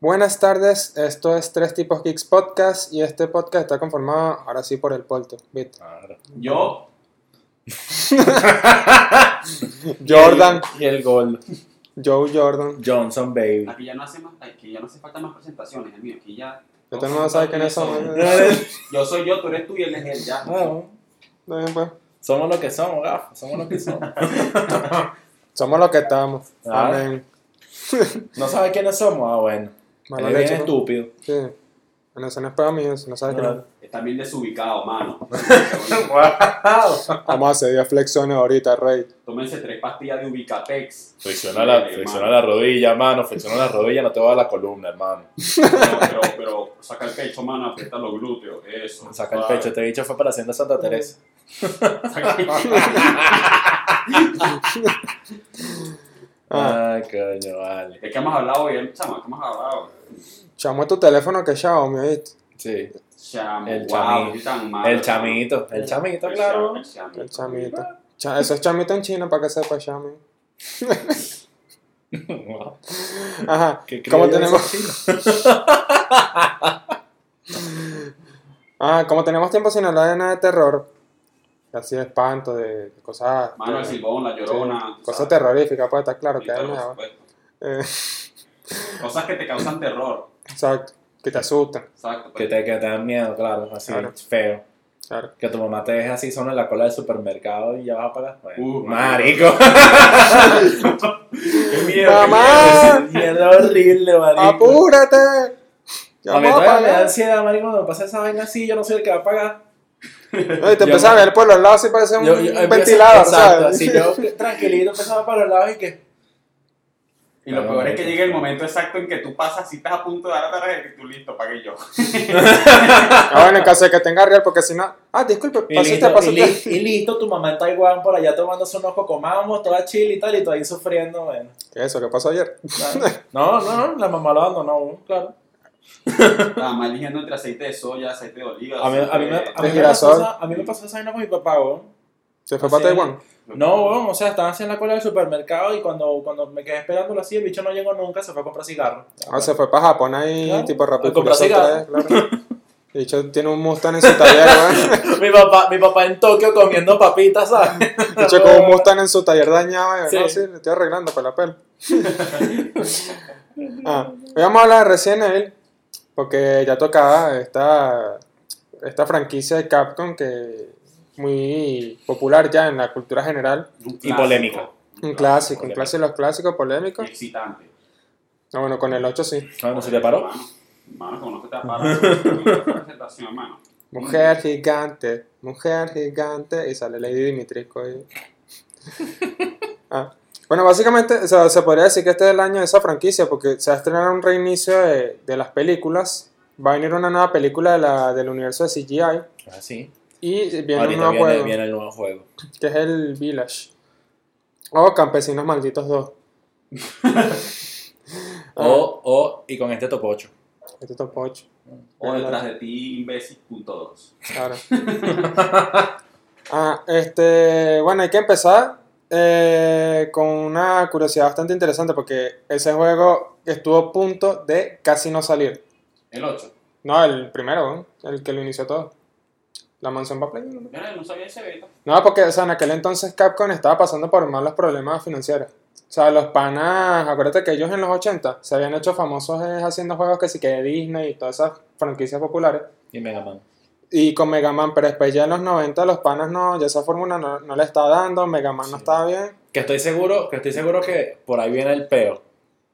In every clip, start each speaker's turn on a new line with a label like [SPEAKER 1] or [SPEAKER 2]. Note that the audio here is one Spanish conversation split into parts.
[SPEAKER 1] Buenas tardes, esto es Tres Tipos Geeks Podcast y este podcast está conformado ahora sí por el Polto, ¿viste?
[SPEAKER 2] Yo
[SPEAKER 1] Jordan,
[SPEAKER 3] Y el Gold.
[SPEAKER 1] Joe Jordan.
[SPEAKER 3] Johnson, baby.
[SPEAKER 2] Aquí ya no hace más, aquí ya no hace falta más presentaciones, el mío, aquí ya.
[SPEAKER 1] Yo también no sabe quiénes son.
[SPEAKER 3] No,
[SPEAKER 1] ¿eh?
[SPEAKER 3] eres-
[SPEAKER 2] Yo soy yo, tú eres tú y él es él, ya.
[SPEAKER 3] no,
[SPEAKER 1] Está bien, pues.
[SPEAKER 3] somos lo que somos, gafo. Somos lo que somos.
[SPEAKER 1] Somos los que estamos.
[SPEAKER 3] Ah.
[SPEAKER 1] Amén.
[SPEAKER 3] ¿No sabes quiénes somos? Ah, bueno.
[SPEAKER 1] Mala
[SPEAKER 3] Eres bien
[SPEAKER 1] leche, ¿no?
[SPEAKER 3] estúpido.
[SPEAKER 1] Sí. Bueno, eso no es para mí, eso no sabe quién es.
[SPEAKER 3] No.
[SPEAKER 2] Está bien Eh, desubicado, mano.
[SPEAKER 3] ¡Wow!
[SPEAKER 1] Vamos a hacer 10 flexiones ahorita, Rey.
[SPEAKER 2] Tómense tres pastillas de Eh, Ubicatex.
[SPEAKER 4] Flexiona la,
[SPEAKER 2] Dale,
[SPEAKER 4] flexiona
[SPEAKER 2] mano.
[SPEAKER 4] la rodilla, mano. Flexiona la rodilla, no te va a dar la columna, hermano.
[SPEAKER 2] Pero, pero, pero saca el pecho, mano, aprieta los glúteos, eso.
[SPEAKER 3] Saca el
[SPEAKER 2] suave.
[SPEAKER 3] pecho. Este bicho fue para Hacienda Santa Teresa.
[SPEAKER 2] Saca el pecho.
[SPEAKER 1] Ah,
[SPEAKER 3] Ay, coño, vale.
[SPEAKER 2] ¿De qué hemos hablado hoy, chama? ¿Qué hemos hablado?
[SPEAKER 1] chamo es tu teléfono que es Xiaomi, ¿viste?
[SPEAKER 3] Sí.
[SPEAKER 2] Chamo,
[SPEAKER 3] El
[SPEAKER 2] wow,
[SPEAKER 3] chamito.
[SPEAKER 2] qué tan malo.
[SPEAKER 3] El chamito. El chamito,
[SPEAKER 2] El
[SPEAKER 3] claro.
[SPEAKER 2] cha- el chamito.
[SPEAKER 1] El chamito. Cha- eso es chamito en China para que sepa Xiaomi.
[SPEAKER 3] Wow.
[SPEAKER 1] Ajá.
[SPEAKER 3] ¿Qué
[SPEAKER 1] ¿Cómo
[SPEAKER 3] creías?
[SPEAKER 1] tenemos? Ah, como tenemos tiempo sin hablar de nada de terror, así de espanto, de cosas.
[SPEAKER 2] Mano, el
[SPEAKER 1] sí,
[SPEAKER 2] silbón, la llorona. tú
[SPEAKER 1] Cosas
[SPEAKER 2] sabes.
[SPEAKER 1] terroríficas, pues está claro
[SPEAKER 2] Y
[SPEAKER 1] que hay
[SPEAKER 2] todo, por
[SPEAKER 1] miedo.
[SPEAKER 2] supuesto.
[SPEAKER 1] Eh,
[SPEAKER 2] Cosas que te causan terror.
[SPEAKER 1] exacto, que te asustan.
[SPEAKER 2] Exacto. pues.
[SPEAKER 3] Que
[SPEAKER 2] pero-
[SPEAKER 3] te, que te dan miedo, claro. Así,
[SPEAKER 1] Claro.
[SPEAKER 3] feo.
[SPEAKER 1] Claro.
[SPEAKER 3] Que tu mamá te deje así solo en la cola del supermercado y ya vas a pagar. Bueno,
[SPEAKER 2] Uh,
[SPEAKER 3] marico.
[SPEAKER 2] ¡Qué miedo! qué
[SPEAKER 1] ¡Mamá!
[SPEAKER 3] Mierda horrible, marico.
[SPEAKER 1] ¡Apúrate! Ya
[SPEAKER 3] pues. A mí
[SPEAKER 1] vamos a
[SPEAKER 3] todavía me da
[SPEAKER 1] pagar.
[SPEAKER 3] ansiedad, marico, cuando me pasa esa vaina así, yo no soy el que va a pagar.
[SPEAKER 1] Oye, te
[SPEAKER 3] Yo-
[SPEAKER 1] empiezas a ver por los lados y parece un
[SPEAKER 3] Yo, yo empiezo-
[SPEAKER 1] ventilador,
[SPEAKER 3] exacto,
[SPEAKER 1] ¿sabes?
[SPEAKER 3] así yo tranquilito empezaba para los lados y que...
[SPEAKER 2] Y lo
[SPEAKER 3] Ah,
[SPEAKER 2] peor es
[SPEAKER 3] marico.
[SPEAKER 2] que llega el momento exacto en que tú pasas, si estás a punto de dar la tarjeta y tú listo, pagué yo.
[SPEAKER 1] Ah, bueno, en caso de que tenga real, porque si no. Ah, disculpe,
[SPEAKER 3] Y
[SPEAKER 1] pasaste,
[SPEAKER 3] listo, y,
[SPEAKER 1] pasaste.
[SPEAKER 3] li- y listo, tu mamá en Taiwán por allá tomándose unos cocomamos, toda chile y tal, y tú ahí sufriendo, bueno.
[SPEAKER 1] ¿Qué es eso? ¿Qué pasó ayer?
[SPEAKER 3] claro. No, no, no, la mamá lo abandonó, claro.
[SPEAKER 2] Nada más eligiendo entre aceite de soya, aceite de oliva.
[SPEAKER 3] A mí, a mí me,
[SPEAKER 2] aceite
[SPEAKER 3] a mí
[SPEAKER 1] De
[SPEAKER 3] me pasó,
[SPEAKER 1] girasol.
[SPEAKER 3] esa, a mí me pasó esa vaina con mi papá, weón.
[SPEAKER 1] ¿Se fue para
[SPEAKER 3] Así es.
[SPEAKER 1] Taiwán?
[SPEAKER 2] de-
[SPEAKER 3] No, weón, o sea, estaban haciendo la cola del supermercado y cuando, cuando me quedé esperándolo así, el bicho no llegó nunca, se fue a comprar cigarros.
[SPEAKER 1] Ah, se fue para Japón ahí,
[SPEAKER 3] Claro.
[SPEAKER 1] tipo rápido.
[SPEAKER 3] A comprar cigarros.
[SPEAKER 1] De hecho, tiene un Mustang en su taller, güey.
[SPEAKER 3] mi, papá, mi papá en Tokio comiendo papitas, ¿sabes?
[SPEAKER 1] De hecho, con un Mustang en su taller dañado, güey.
[SPEAKER 3] Sí.
[SPEAKER 1] No, sí, le estoy arreglando para la pel. ah, hoy vamos a hablar de Resident Evil, porque ya tocaba esta, esta franquicia de Capcom que muy popular ya en la cultura general.
[SPEAKER 2] Un
[SPEAKER 3] Y polémica.
[SPEAKER 1] Un
[SPEAKER 2] Ah,
[SPEAKER 1] clásico, un clásico de los clásicos, polémico.
[SPEAKER 2] Excitante.
[SPEAKER 1] Ah, bueno, con el 8 sí.
[SPEAKER 3] Ah, no se te paró.
[SPEAKER 2] Mano, Mano, como no se te para. presentación, mano.
[SPEAKER 1] Mujer gigante, mujer gigante. Y sale Lady Dimitrisco ahí. Ah. Bueno, básicamente o sea, se podría decir que este es el año de esa franquicia porque se va a estrenar un reinicio de, de las películas. Va a venir una nueva película de la- del universo de CGI.
[SPEAKER 3] Ah, sí.
[SPEAKER 1] Y viene un
[SPEAKER 3] Ahorita
[SPEAKER 1] nuevo
[SPEAKER 3] viene,
[SPEAKER 1] juego
[SPEAKER 3] viene el nuevo juego.
[SPEAKER 1] que es el Village. O Campesinos Malditos Ah, 2. Ah.
[SPEAKER 3] O, o, y con este topocho.
[SPEAKER 1] Este es top 8.
[SPEAKER 2] O detrás de ti, imbécil, punto dos.
[SPEAKER 1] Claro. Ah, este, bueno, hay que empezar eh, con una curiosidad bastante interesante porque ese juego estuvo a punto de casi no salir.
[SPEAKER 2] El 8.
[SPEAKER 1] No, el primero, ¿eh? el que lo inició todo. La mansión para Play. ¿no?
[SPEAKER 2] Mira, no sabía ese beta.
[SPEAKER 1] No, porque o sea, en aquel entonces Capcom estaba pasando por malos problemas financieros. O sea, los panas, acuérdate que ellos en los 80 se habían hecho famosos eh, haciendo juegos que sí que de Disney y todas esas franquicias populares.
[SPEAKER 3] Y Mega Man.
[SPEAKER 1] Y con Mega Man, pero después ya en los 90 los panas no, ya esa fórmula no, no le está dando, Mega Man no
[SPEAKER 3] Sí.
[SPEAKER 1] estaba bien.
[SPEAKER 3] Que estoy seguro, que estoy seguro que por ahí viene el peo.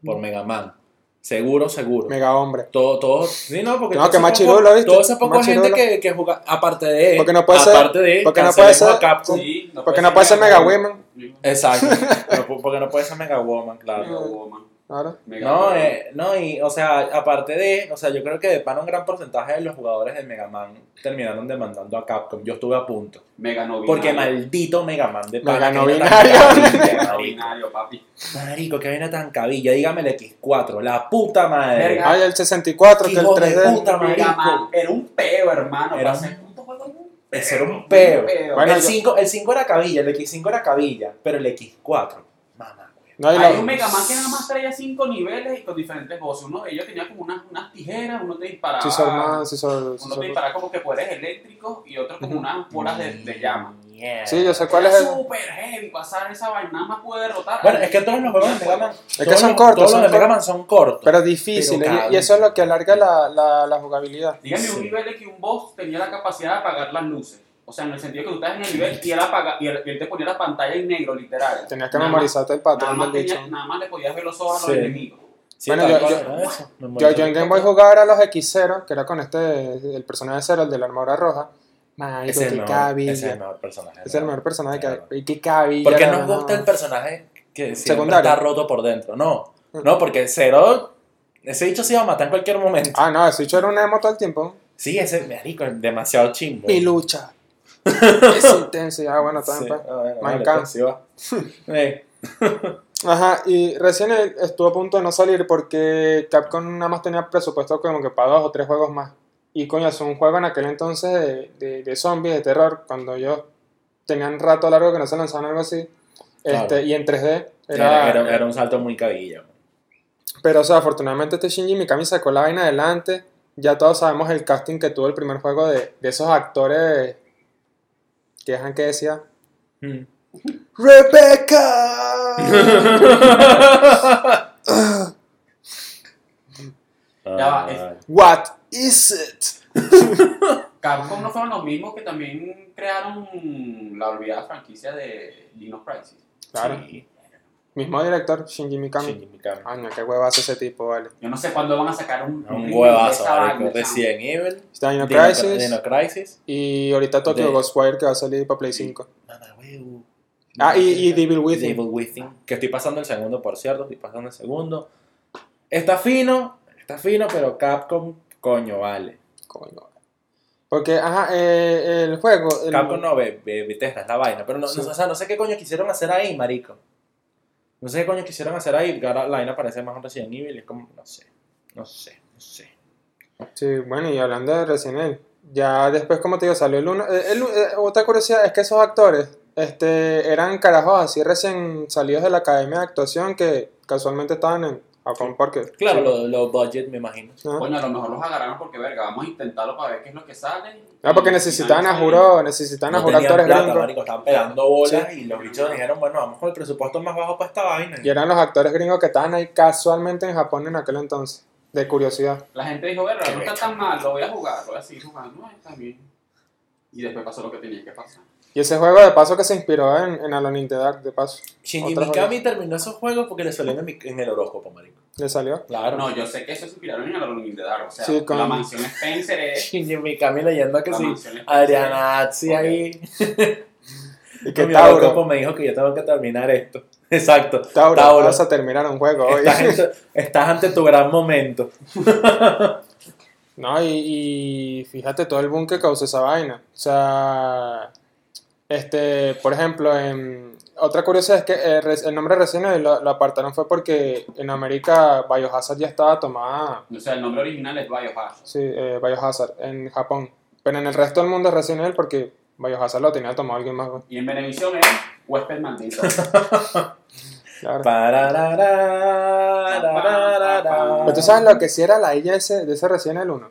[SPEAKER 1] Mm.
[SPEAKER 3] Por Mega Man. Seguro, seguro.
[SPEAKER 1] Mega Hombre.
[SPEAKER 3] Todo, todo. Sí, no, porque.
[SPEAKER 1] No,
[SPEAKER 3] todo
[SPEAKER 1] que
[SPEAKER 3] ese
[SPEAKER 1] más
[SPEAKER 3] poco-
[SPEAKER 1] chirulo, ¿viste?
[SPEAKER 3] Todo ese poco
[SPEAKER 1] Más
[SPEAKER 3] gente
[SPEAKER 1] chirulo.
[SPEAKER 3] que, que juega. Aparte de.
[SPEAKER 1] Porque no puede ser-
[SPEAKER 3] Aparte de.
[SPEAKER 1] porque no
[SPEAKER 3] cancelemos
[SPEAKER 1] puede ser-
[SPEAKER 3] a Capcom.
[SPEAKER 2] Sí, no
[SPEAKER 1] Porque
[SPEAKER 2] puede
[SPEAKER 1] no
[SPEAKER 2] ser
[SPEAKER 1] puede ser Mega Women.
[SPEAKER 3] Exacto. No, po- porque no puede ser Mega Woman,
[SPEAKER 2] Mega
[SPEAKER 3] claro.
[SPEAKER 2] Woman.
[SPEAKER 1] Claro.
[SPEAKER 2] Mega
[SPEAKER 3] No,
[SPEAKER 2] Woman.
[SPEAKER 3] eh, no, y, o sea, aparte de, o sea, yo creo que de pan un gran porcentaje de los jugadores de Mega Man terminaron demandando a Capcom. Yo estuve a punto.
[SPEAKER 2] Mega no
[SPEAKER 3] Porque
[SPEAKER 2] binario.
[SPEAKER 3] maldito Mega Man de pana,
[SPEAKER 1] Mega
[SPEAKER 3] que
[SPEAKER 1] no
[SPEAKER 3] vaina tan
[SPEAKER 1] binario.
[SPEAKER 3] cabilla,
[SPEAKER 2] Mega no
[SPEAKER 3] marico.
[SPEAKER 2] binario, papi.
[SPEAKER 3] Marico, que vaina tan cabilla. Dígame el X4, la puta madre.
[SPEAKER 2] Verga.
[SPEAKER 1] Ay, el 64, que el
[SPEAKER 3] Hijo de puta.
[SPEAKER 1] 3D.
[SPEAKER 2] Mega Man.
[SPEAKER 3] marico.
[SPEAKER 2] Era un peo, hermano.
[SPEAKER 3] Era
[SPEAKER 2] Para
[SPEAKER 3] un-
[SPEAKER 2] hacer puto juego era un
[SPEAKER 3] Ese era un peo.
[SPEAKER 2] peo.
[SPEAKER 1] Bueno,
[SPEAKER 3] el,
[SPEAKER 1] yo-
[SPEAKER 3] 5, el 5 era cabilla, el X5 era cabilla, pero el X4. Mamá, güey.
[SPEAKER 1] No, y
[SPEAKER 2] Hay
[SPEAKER 1] lo-
[SPEAKER 2] un Mega Man que nada más traía cinco niveles y con diferentes voces. Uno de ellos tenía como unas, unas tijeras, uno te disparaba.
[SPEAKER 1] Sí, son
[SPEAKER 3] Ah.
[SPEAKER 1] más- sí, son- sí,
[SPEAKER 2] uno
[SPEAKER 1] son-
[SPEAKER 2] te disparaba como que poderes eléctricos y otro como
[SPEAKER 1] Ujú.
[SPEAKER 2] unas bolas de, de llama.
[SPEAKER 1] Sí, yo sé cuál es
[SPEAKER 2] Era
[SPEAKER 1] el.
[SPEAKER 2] súper heavy pasar esa vaina, nada más pude derrotar. a
[SPEAKER 3] Bueno,
[SPEAKER 2] alguien.
[SPEAKER 3] es que todos los juegos de Mega Man.
[SPEAKER 1] que
[SPEAKER 3] todos
[SPEAKER 1] son
[SPEAKER 3] los-
[SPEAKER 1] cortos,
[SPEAKER 3] Todos
[SPEAKER 1] son
[SPEAKER 3] los de Mega
[SPEAKER 1] cortos.
[SPEAKER 3] Man son cortos.
[SPEAKER 1] Pero difícil,
[SPEAKER 3] Pero
[SPEAKER 1] y- y,
[SPEAKER 3] caben.
[SPEAKER 1] eso es lo que alarga la, la, la jugabilidad.
[SPEAKER 2] Díganme un
[SPEAKER 3] Sí.
[SPEAKER 2] nivel de que un boss tenía la capacidad de apagar las luces. O sea, en el sentido que tú estás en el nivel y él, apaga, y él, y él te ponía la pantalla en negro, literal.
[SPEAKER 1] Tenías que
[SPEAKER 2] Nada más-
[SPEAKER 1] memorizarte el
[SPEAKER 2] Nada
[SPEAKER 1] patrón
[SPEAKER 2] más,
[SPEAKER 1] del bicho.
[SPEAKER 2] tenía- nada más le podías ver los ojos a
[SPEAKER 3] Sí.
[SPEAKER 2] los enemigos.
[SPEAKER 3] Sí,
[SPEAKER 1] Bueno,
[SPEAKER 3] tal
[SPEAKER 1] yo-
[SPEAKER 3] cual,
[SPEAKER 1] yo-
[SPEAKER 3] era eso. Me
[SPEAKER 1] Yo,
[SPEAKER 3] molestó.
[SPEAKER 1] yo en Game Boy jugaba era los X0, que era con este, el personaje cero, el de la armadura roja. Marico,
[SPEAKER 3] Ese es el
[SPEAKER 1] qué
[SPEAKER 3] mejor- ese
[SPEAKER 1] cabilla.
[SPEAKER 3] es el mejor personaje.
[SPEAKER 1] Es el mejor personaje que hay.
[SPEAKER 3] Claro.
[SPEAKER 1] Y qué cabilla.
[SPEAKER 3] ¿Por qué
[SPEAKER 1] la
[SPEAKER 3] nos
[SPEAKER 1] verdad.
[SPEAKER 3] gusta el personaje que siempre
[SPEAKER 1] Secundario.
[SPEAKER 3] está roto por dentro? No, no, porque Zero, ese bicho se iba a matar en cualquier momento.
[SPEAKER 1] Ah, no, ese bicho era un emo todo el tiempo.
[SPEAKER 3] Sí, ese marico es demasiado chingo.
[SPEAKER 1] Mi lucha. es intenso. Ah, bueno,
[SPEAKER 3] Sí.
[SPEAKER 1] también. pues.
[SPEAKER 3] Ah, bueno,
[SPEAKER 1] Mancan.
[SPEAKER 3] dale, pues, sí va. Eh,
[SPEAKER 1] Ajá, y recién eh, estuvo a punto de no salir porque Capcom nada más tenía presupuesto como que para dos o tres juegos más. Y coño, es un juego en aquel entonces de, de, de zombies, de terror, cuando ellos tenían rato largo que no se lanzaban algo así.
[SPEAKER 3] Claro.
[SPEAKER 1] Este, y en 3D
[SPEAKER 3] Era, era- era un salto muy cabilla.
[SPEAKER 1] Pero, o sea, afortunadamente este Shinji Mikami sacó la vaina adelante. Ya todos sabemos el casting que tuvo el primer juego de, de esos actores que dejan que decía Hmm.
[SPEAKER 3] Mm.
[SPEAKER 1] ¡Rebeca!
[SPEAKER 3] Ah,
[SPEAKER 2] Ya va,
[SPEAKER 4] Ay.
[SPEAKER 2] es-
[SPEAKER 1] What is it?
[SPEAKER 2] Capcom no fueron los mismos que también crearon la olvidada franquicia de Dino Crisis.
[SPEAKER 1] Claro,
[SPEAKER 3] Sí,
[SPEAKER 1] mismo director, Shinji Mikami.
[SPEAKER 4] Shinji Mikami.
[SPEAKER 1] Año, qué huevazo ese tipo, vale.
[SPEAKER 2] Yo no sé cuándo van a sacar un,
[SPEAKER 1] Ah,
[SPEAKER 3] Un
[SPEAKER 2] remake
[SPEAKER 3] huevazo,
[SPEAKER 2] de esa
[SPEAKER 3] marico.
[SPEAKER 2] vaina, chamo.
[SPEAKER 3] Resident Evil.
[SPEAKER 1] Está Dino
[SPEAKER 3] Dino-
[SPEAKER 1] Este Crisis
[SPEAKER 3] Dino Crisis.
[SPEAKER 1] y ahorita Tokyo
[SPEAKER 3] De-
[SPEAKER 1] Ghostwire que va a salir para Play
[SPEAKER 3] Sí.
[SPEAKER 1] 5.
[SPEAKER 3] Mamá, huevo.
[SPEAKER 1] Ah, y, y Devil Within.
[SPEAKER 3] Devil Within, Que estoy pasando el segundo, por cierto. Estoy pasando el segundo. Está fino. Está fino, pero Capcom, coño, vale.
[SPEAKER 1] Coño. Porque, ajá, eh, el juego... el-
[SPEAKER 3] Capcom no ve, ve Bethesda, es la vaina. Pero no,
[SPEAKER 1] Sí.
[SPEAKER 3] no- o sea, no sé qué coño quisieron hacer ahí, marico. No sé qué coño quisieron hacer ahí. porque ahora La vaina parece más un Resident Evil. Es como, no sé. No sé, no sé.
[SPEAKER 1] Sí, bueno, y hablando de Resident Evil, ya después, como te digo, salió el uno eh, el- eh, otra curiosidad es que esos actores este, eran carajos así recién salidos de la academia de actuación que casualmente estaban en Japón porque...
[SPEAKER 3] Claro, los lo budget, me imagino.
[SPEAKER 1] ¿no?
[SPEAKER 2] Coño, a lo mejor los agarraron porque, verga, vamos a intentarlo para ver qué es lo que sale.
[SPEAKER 1] Ah, porque
[SPEAKER 2] Y-
[SPEAKER 1] necesitaban
[SPEAKER 2] y-
[SPEAKER 1] a juro, necesitaban a
[SPEAKER 3] No
[SPEAKER 1] juro
[SPEAKER 3] tenían
[SPEAKER 1] actores
[SPEAKER 3] plata,
[SPEAKER 1] gringos.
[SPEAKER 3] marico, estaban pelando bolas y los bichos dijeron, bueno, vamos con el presupuesto más bajo para esta vaina.
[SPEAKER 1] Y eran los actores gringos que estaban ahí casualmente en Japón en aquel entonces, de curiosidad.
[SPEAKER 2] La gente dijo, verga,
[SPEAKER 3] Qué
[SPEAKER 2] no está
[SPEAKER 3] recho.
[SPEAKER 2] tan mal, lo voy a jugar, lo voy a seguir jugando, ah, está bien. Y después pasó lo que tenía que pasar.
[SPEAKER 1] Y ese juego de paso que se inspiró en, en Alone in the Dark, de paso,
[SPEAKER 3] Shinji
[SPEAKER 1] Otros
[SPEAKER 3] Mikami terminó esos juegos porque le salieron en, mi- en el horóscopo, marico.
[SPEAKER 1] le salió.
[SPEAKER 3] Claro.
[SPEAKER 2] No, yo sé que eso se inspiraron en el de Dark, o sea,
[SPEAKER 1] Sí, con-
[SPEAKER 2] la mansión Spencer es...
[SPEAKER 3] Shinji Mikami leyendo que
[SPEAKER 2] La
[SPEAKER 3] sí.
[SPEAKER 2] mansión Spencer.
[SPEAKER 3] Adriana Atsi ahí.
[SPEAKER 1] Y
[SPEAKER 3] Que
[SPEAKER 1] que
[SPEAKER 3] mi
[SPEAKER 1] Tauro,
[SPEAKER 3] horóscopo me dijo que yo tengo que terminar esto. Exacto.
[SPEAKER 1] Tauro,
[SPEAKER 3] Tauro.
[SPEAKER 1] vas a terminar un juego hoy.
[SPEAKER 3] Estás, ante- estás ante tu gran momento.
[SPEAKER 1] No, y, y fíjate todo el boom que causó esa vaina. O sea, este, por ejemplo, en- otra curiosidad es que eh, res- el nombre Resident Evil lo, lo apartaron fue porque en América Biohazard ya estaba tomada,
[SPEAKER 2] O sea, el nombre original es Biohazard.
[SPEAKER 1] sí, eh, Biohazard, en Japón. Pero en el resto del mundo es Resident Evil porque Biohazard lo tenía tomado alguien más, güey.
[SPEAKER 2] Y en Venevisión es Huésped Maldito.
[SPEAKER 1] Claro.
[SPEAKER 3] Pararararararara.
[SPEAKER 1] Pero tú sabes lo que sí era la ella de ese, de ese Resident Evil 1.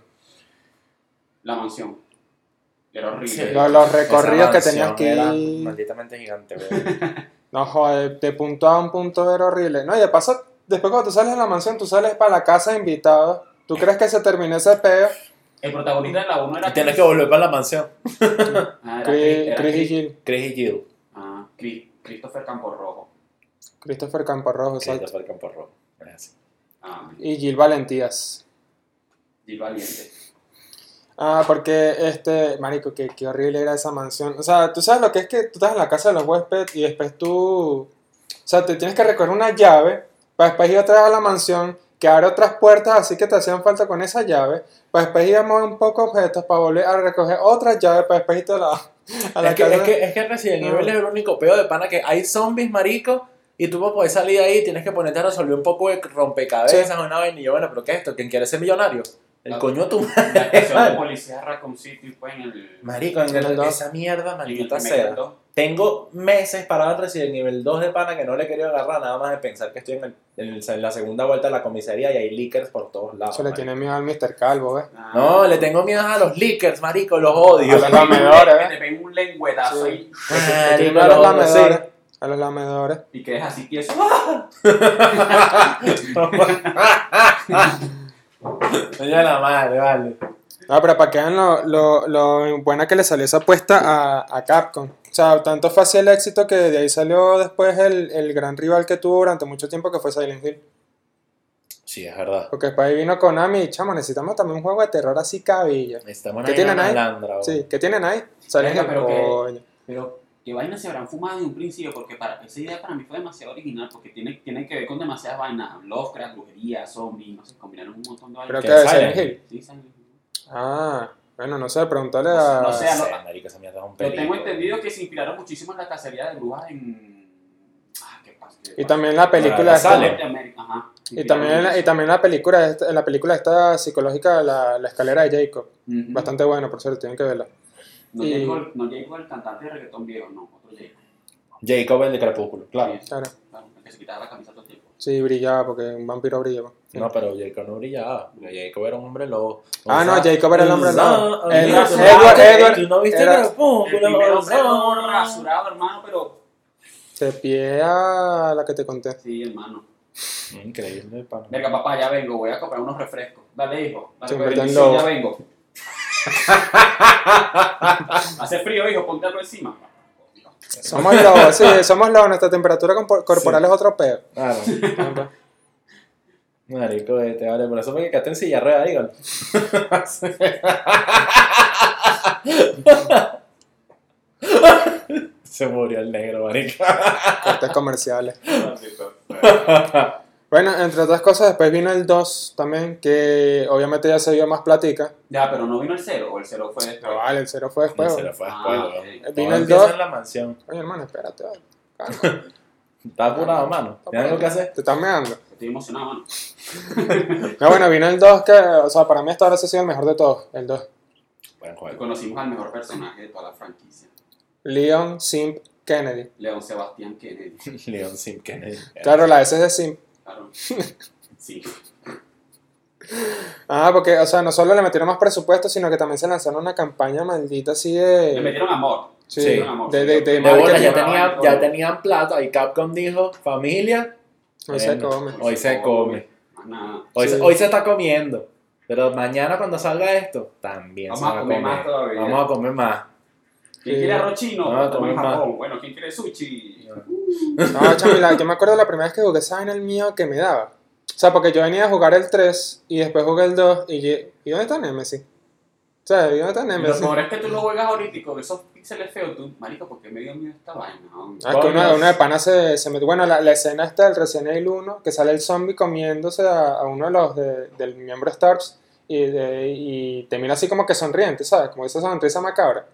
[SPEAKER 2] La mansión. Era horrible.
[SPEAKER 3] Sí.
[SPEAKER 1] Lo- Los,
[SPEAKER 3] Esa
[SPEAKER 1] recorridos que
[SPEAKER 3] mansión
[SPEAKER 1] tenías que
[SPEAKER 3] era
[SPEAKER 1] ir.
[SPEAKER 3] Malditamente gigante, güey.
[SPEAKER 1] No, joder, de punto A a un punto era horrible. No, y de paso, después cuando tú sales de la mansión, tú sales para la casa de invitados. ¿Tú crees que se terminó ese peo?
[SPEAKER 2] El protagonista de la 1
[SPEAKER 3] Y
[SPEAKER 2] era
[SPEAKER 3] Tienes que volver para la mansión.
[SPEAKER 2] Ah, era Chris,
[SPEAKER 1] Chris, Chris y
[SPEAKER 2] era Chris.
[SPEAKER 1] Gil.
[SPEAKER 3] Chris y Jill.
[SPEAKER 2] Ah, Chris, Christopher Camporrojo.
[SPEAKER 1] Christopher Camporrojo, exacto.
[SPEAKER 3] Christopher Camporrojo. Es así.
[SPEAKER 2] Ah,
[SPEAKER 1] Y Gil Valentías.
[SPEAKER 2] Gil Valiente.
[SPEAKER 1] Ah, porque este, marico, qué, qué horrible era esa mansión. O sea, tú sabes lo que es que tú estás en la casa de los huéspedes y después tú. O sea, te tienes que recoger una llave para después ir otra vez a la mansión, que abre otras puertas así que te hacían falta con esa llave, para después ir a mover un poco objetos para volver a recoger otra llave para después irte a la, a la Ah.
[SPEAKER 3] Es que,
[SPEAKER 1] casa.
[SPEAKER 3] es, que, es que Resident Evil es el único peo de pana que hay zombies, marico, y tú para poder salir de ahí tienes que ponerte a resolver un poco de rompecabezas o una vaina. Y yo, bueno, ¿pero qué es esto? ¿Quién quiere ser millonario? El
[SPEAKER 2] Ah.
[SPEAKER 3] coño de tu
[SPEAKER 2] La
[SPEAKER 3] madre.
[SPEAKER 2] estación de
[SPEAKER 3] vale.
[SPEAKER 2] policía de Raccoon City fue en el.
[SPEAKER 3] Marico, en
[SPEAKER 1] En el
[SPEAKER 3] el,
[SPEAKER 1] dos.
[SPEAKER 3] esa mierda,
[SPEAKER 2] en el
[SPEAKER 3] maldita
[SPEAKER 2] primer
[SPEAKER 3] sea.
[SPEAKER 2] acto.
[SPEAKER 3] Tengo meses parado en Resident Evil 2 de pana que no le he querido agarrar nada más de pensar que estoy en, el- en el- en la segunda vuelta de la comisaría y hay leakers por todos lados.
[SPEAKER 1] Se le
[SPEAKER 3] marico.
[SPEAKER 1] tiene miedo al Mr. Calvo, ¿ves?
[SPEAKER 2] Ah,
[SPEAKER 3] No, le tengo miedo a los leakers, marico, los odio.
[SPEAKER 1] A los
[SPEAKER 2] que te peguen un-
[SPEAKER 1] lamedores,
[SPEAKER 2] Que te peguen un lengüetazo
[SPEAKER 1] Sí.
[SPEAKER 2] ahí
[SPEAKER 1] Le tiene miedo a los lamedores. A los lamedores.
[SPEAKER 2] y quedes así tieso.
[SPEAKER 3] Coño la madre, vale.
[SPEAKER 1] No, Ah, pero para que vean lo, lo, lo buena que le salió esa apuesta a, a Capcom. O sea, tanto fue así el éxito que de ahí salió después el, el gran rival que tuvo durante mucho tiempo que fue Silent Hill.
[SPEAKER 4] Sí, es verdad.
[SPEAKER 1] Porque después ahí vino Konami y chamo, necesitamos también un juego de terror así cabilla.
[SPEAKER 3] Estamos
[SPEAKER 1] ¿Qué
[SPEAKER 3] en
[SPEAKER 1] tienen
[SPEAKER 3] una
[SPEAKER 1] ahí?
[SPEAKER 3] malandra, bro.
[SPEAKER 1] Sí, ¿qué tienen ahí? Silent
[SPEAKER 2] Venga,
[SPEAKER 1] Hill,
[SPEAKER 2] pero que-
[SPEAKER 1] coño.
[SPEAKER 2] Pero qué vainas se habrán fumado de un principio, porque para esa idea para mí fue demasiado original, porque tiene, tiene que ver con demasiadas vainas. Lovecraft, brujería, zombies, no sé, combinaron un montón de
[SPEAKER 1] Pero
[SPEAKER 2] vainas.
[SPEAKER 1] que
[SPEAKER 3] ¿Qué,
[SPEAKER 1] de
[SPEAKER 3] Silent
[SPEAKER 1] Silent Hill.
[SPEAKER 2] Sí, Silent Hill.
[SPEAKER 1] Ah, bueno, no sé, preguntarle a...
[SPEAKER 2] No
[SPEAKER 4] No
[SPEAKER 2] sé, a lo-
[SPEAKER 4] sé, marico, esa mierda es un
[SPEAKER 2] Yo
[SPEAKER 4] peligro.
[SPEAKER 2] tengo entendido que se inspiraron muchísimo en la cacería de brujas en. Ah, qué pasa.
[SPEAKER 1] Y también la película
[SPEAKER 4] Ah,
[SPEAKER 1] esta,
[SPEAKER 4] Salem.
[SPEAKER 2] Norteamérica, ajá.
[SPEAKER 1] y también la- y también la película esta- la película esta psicológica la, la escalera de Jacob
[SPEAKER 2] Ujú.
[SPEAKER 1] bastante bueno por cierto tienen que verla
[SPEAKER 2] No
[SPEAKER 1] y-
[SPEAKER 2] llegó el, no llegó el cantante de reggaetón viejo, no, otro llegó.
[SPEAKER 4] Jacob el de Crepúsculo, claro.
[SPEAKER 2] Sí,
[SPEAKER 1] claro
[SPEAKER 2] claro, el que se quitaba la camisa todo el tiempo.
[SPEAKER 1] sí brillaba porque un vampiro brilla pues.
[SPEAKER 3] No, pero Jacob no brillaba. Jacob era un hombre lobo.
[SPEAKER 1] Ah, no, Jacob era el hombre lobo.
[SPEAKER 3] Ah,
[SPEAKER 1] Era-
[SPEAKER 3] tú
[SPEAKER 1] Edward-
[SPEAKER 3] no-
[SPEAKER 1] Edward
[SPEAKER 3] Tú no viste
[SPEAKER 1] era-
[SPEAKER 2] El
[SPEAKER 3] Crepúsculo.
[SPEAKER 2] primero
[SPEAKER 3] o sea.
[SPEAKER 2] fue rasurado, hermano, pero.
[SPEAKER 1] Te pie a la que te conté.
[SPEAKER 2] Sí, hermano.
[SPEAKER 4] Increíble, pana.
[SPEAKER 2] Verga, papá, ya vengo, voy a comprar unos refrescos. Dale, hijo. Dale,
[SPEAKER 1] Se
[SPEAKER 2] pues,
[SPEAKER 1] convirtió en
[SPEAKER 2] bendición, ya
[SPEAKER 1] lobo.
[SPEAKER 2] vengo. Hace frío, hijo, ponte algo encima.
[SPEAKER 1] Somos lobos, sí, somos lobos. Nuestra temperatura compor- corporal es otro peo.
[SPEAKER 4] Claro.
[SPEAKER 3] Marico, te vale. Por eso fue que quedaste en silla de ruedas, digan.
[SPEAKER 4] Se murió el negro, marico.
[SPEAKER 1] Cortes comerciales. Bueno, entre otras cosas, después vino el 2 también, que obviamente ya se dio más platica.
[SPEAKER 2] Ya, pero no vino el cero, o el cero fue después.
[SPEAKER 1] No vale, el 0 fue después.
[SPEAKER 4] Se le fue después,
[SPEAKER 2] Ah,
[SPEAKER 4] weón.
[SPEAKER 2] ok.
[SPEAKER 1] Vino
[SPEAKER 4] Todo
[SPEAKER 1] el
[SPEAKER 4] empieza
[SPEAKER 1] 2.
[SPEAKER 4] en la mansión.
[SPEAKER 1] Oye, hermano, espérate. vale. Calma,
[SPEAKER 3] Está
[SPEAKER 2] Ah,
[SPEAKER 3] apurado, mano. ¿Tienes algo que hacer?
[SPEAKER 1] Te estás meando.
[SPEAKER 2] Estoy emocionado, mano.
[SPEAKER 1] No, bueno, vino el 2, que, o sea, para mí hasta ahora ese ha sido el mejor de todos. El 2.
[SPEAKER 4] Buen juego.
[SPEAKER 2] Conocimos al mejor personaje de toda la franquicia,
[SPEAKER 1] Leon Simp Kennedy.
[SPEAKER 2] León Sebastián Kennedy.
[SPEAKER 4] Leon Simkennedy.
[SPEAKER 1] Claro, la S es de Simp.
[SPEAKER 2] Claro. Sí.
[SPEAKER 1] Ah, porque, o sea, no solo le metieron más presupuesto, sino que también se lanzaron una campaña maldita así de.
[SPEAKER 2] Le metieron amor.
[SPEAKER 1] Sí,
[SPEAKER 3] Sí.
[SPEAKER 1] de, de, de,
[SPEAKER 2] De
[SPEAKER 3] De
[SPEAKER 1] marketing.
[SPEAKER 3] bola, ya,
[SPEAKER 2] Marketing.
[SPEAKER 3] tenía, ya tenían plata. Y Capcom dijo: familia,
[SPEAKER 1] Ahí se
[SPEAKER 3] Bueno.
[SPEAKER 1] come.
[SPEAKER 3] Hoy se come.
[SPEAKER 2] Más nada.
[SPEAKER 3] hoy, se-
[SPEAKER 1] Sí.
[SPEAKER 3] hoy se está comiendo. Pero mañana, cuando salga esto, también
[SPEAKER 2] Vamos
[SPEAKER 3] se va
[SPEAKER 2] a comer más todavía.
[SPEAKER 3] Vamos a comer más.
[SPEAKER 2] ¿Quién quiere arroz chino?
[SPEAKER 3] Ah,
[SPEAKER 2] Toma
[SPEAKER 3] come
[SPEAKER 2] en
[SPEAKER 3] más.
[SPEAKER 2] Japón. Bueno, ¿quién quiere sushi?
[SPEAKER 1] No, chamila, yo me acuerdo la primera vez que jugué esa vaina el mío que me daba. O sea, porque yo venía a jugar el 3 y después jugué el 2 y yo, ¿y dónde está Nemesis? O sea, ¿y dónde está
[SPEAKER 2] Y Lo
[SPEAKER 1] Nemesis?
[SPEAKER 2] peor es que tú lo juegas ahorita y con esos píxeles feos, tú, marico, ¿por qué me dio miedo esta vaina? hombre?
[SPEAKER 1] Ah, es que uno, uno de pana se, se metió. Bueno, la, la escena está del Resident Evil 1, que sale el zombie comiéndose a, a uno de los de- del miembro Stars y, de- y te mira así como que sonriente, ¿sabes? Como esa sonrisa macabra.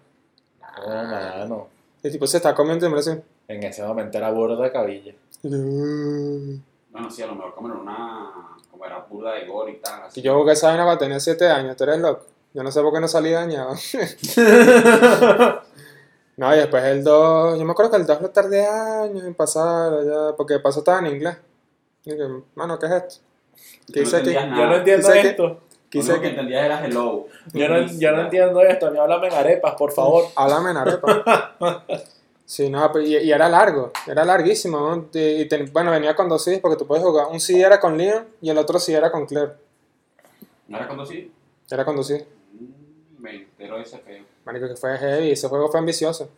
[SPEAKER 3] Ah, mano.
[SPEAKER 1] El tipo se está comiendo y me así.
[SPEAKER 3] En ese momento era burda de cabilla.
[SPEAKER 1] Y yo, "Uh".
[SPEAKER 2] Bueno, sí, a lo mejor comer una. como era burda de gore y
[SPEAKER 1] Y
[SPEAKER 2] tal. Así.
[SPEAKER 1] yo jugué esa vaina para tener 7 años, tú eres loco. Yo no sé por qué no salí dañado. no, y después el 2, yo me acuerdo que el 2 lo tardé años en pasar, allá, porque pasó estaba en inglés. Y que, mano, ¿qué es esto? ¿Qué
[SPEAKER 2] no
[SPEAKER 1] hice aquí?
[SPEAKER 2] entendías
[SPEAKER 3] Yo
[SPEAKER 2] nada.
[SPEAKER 3] no entiendo
[SPEAKER 1] Dice que-
[SPEAKER 3] esto.
[SPEAKER 1] ¿Qué
[SPEAKER 2] Lo
[SPEAKER 1] hice
[SPEAKER 2] único que
[SPEAKER 1] aquí?
[SPEAKER 2] entendías era hello.
[SPEAKER 3] Yo no, yo no entiendo esto. A mí háblame en arepas, por favor.
[SPEAKER 1] Háblame en arepa. Sí, no, pero- y, y era largo, era larguísimo. ¿no? Y- y ten- bueno, venía con dos CDs porque tú puedes jugar. Un CD era con Leon y el otro CD era con Claire.
[SPEAKER 2] ¿No era cuando sí?
[SPEAKER 1] Era con dos CDs.
[SPEAKER 2] Mm, Me entero de ese feo.
[SPEAKER 1] Marico, que fue heavy, ese juego fue ambicioso.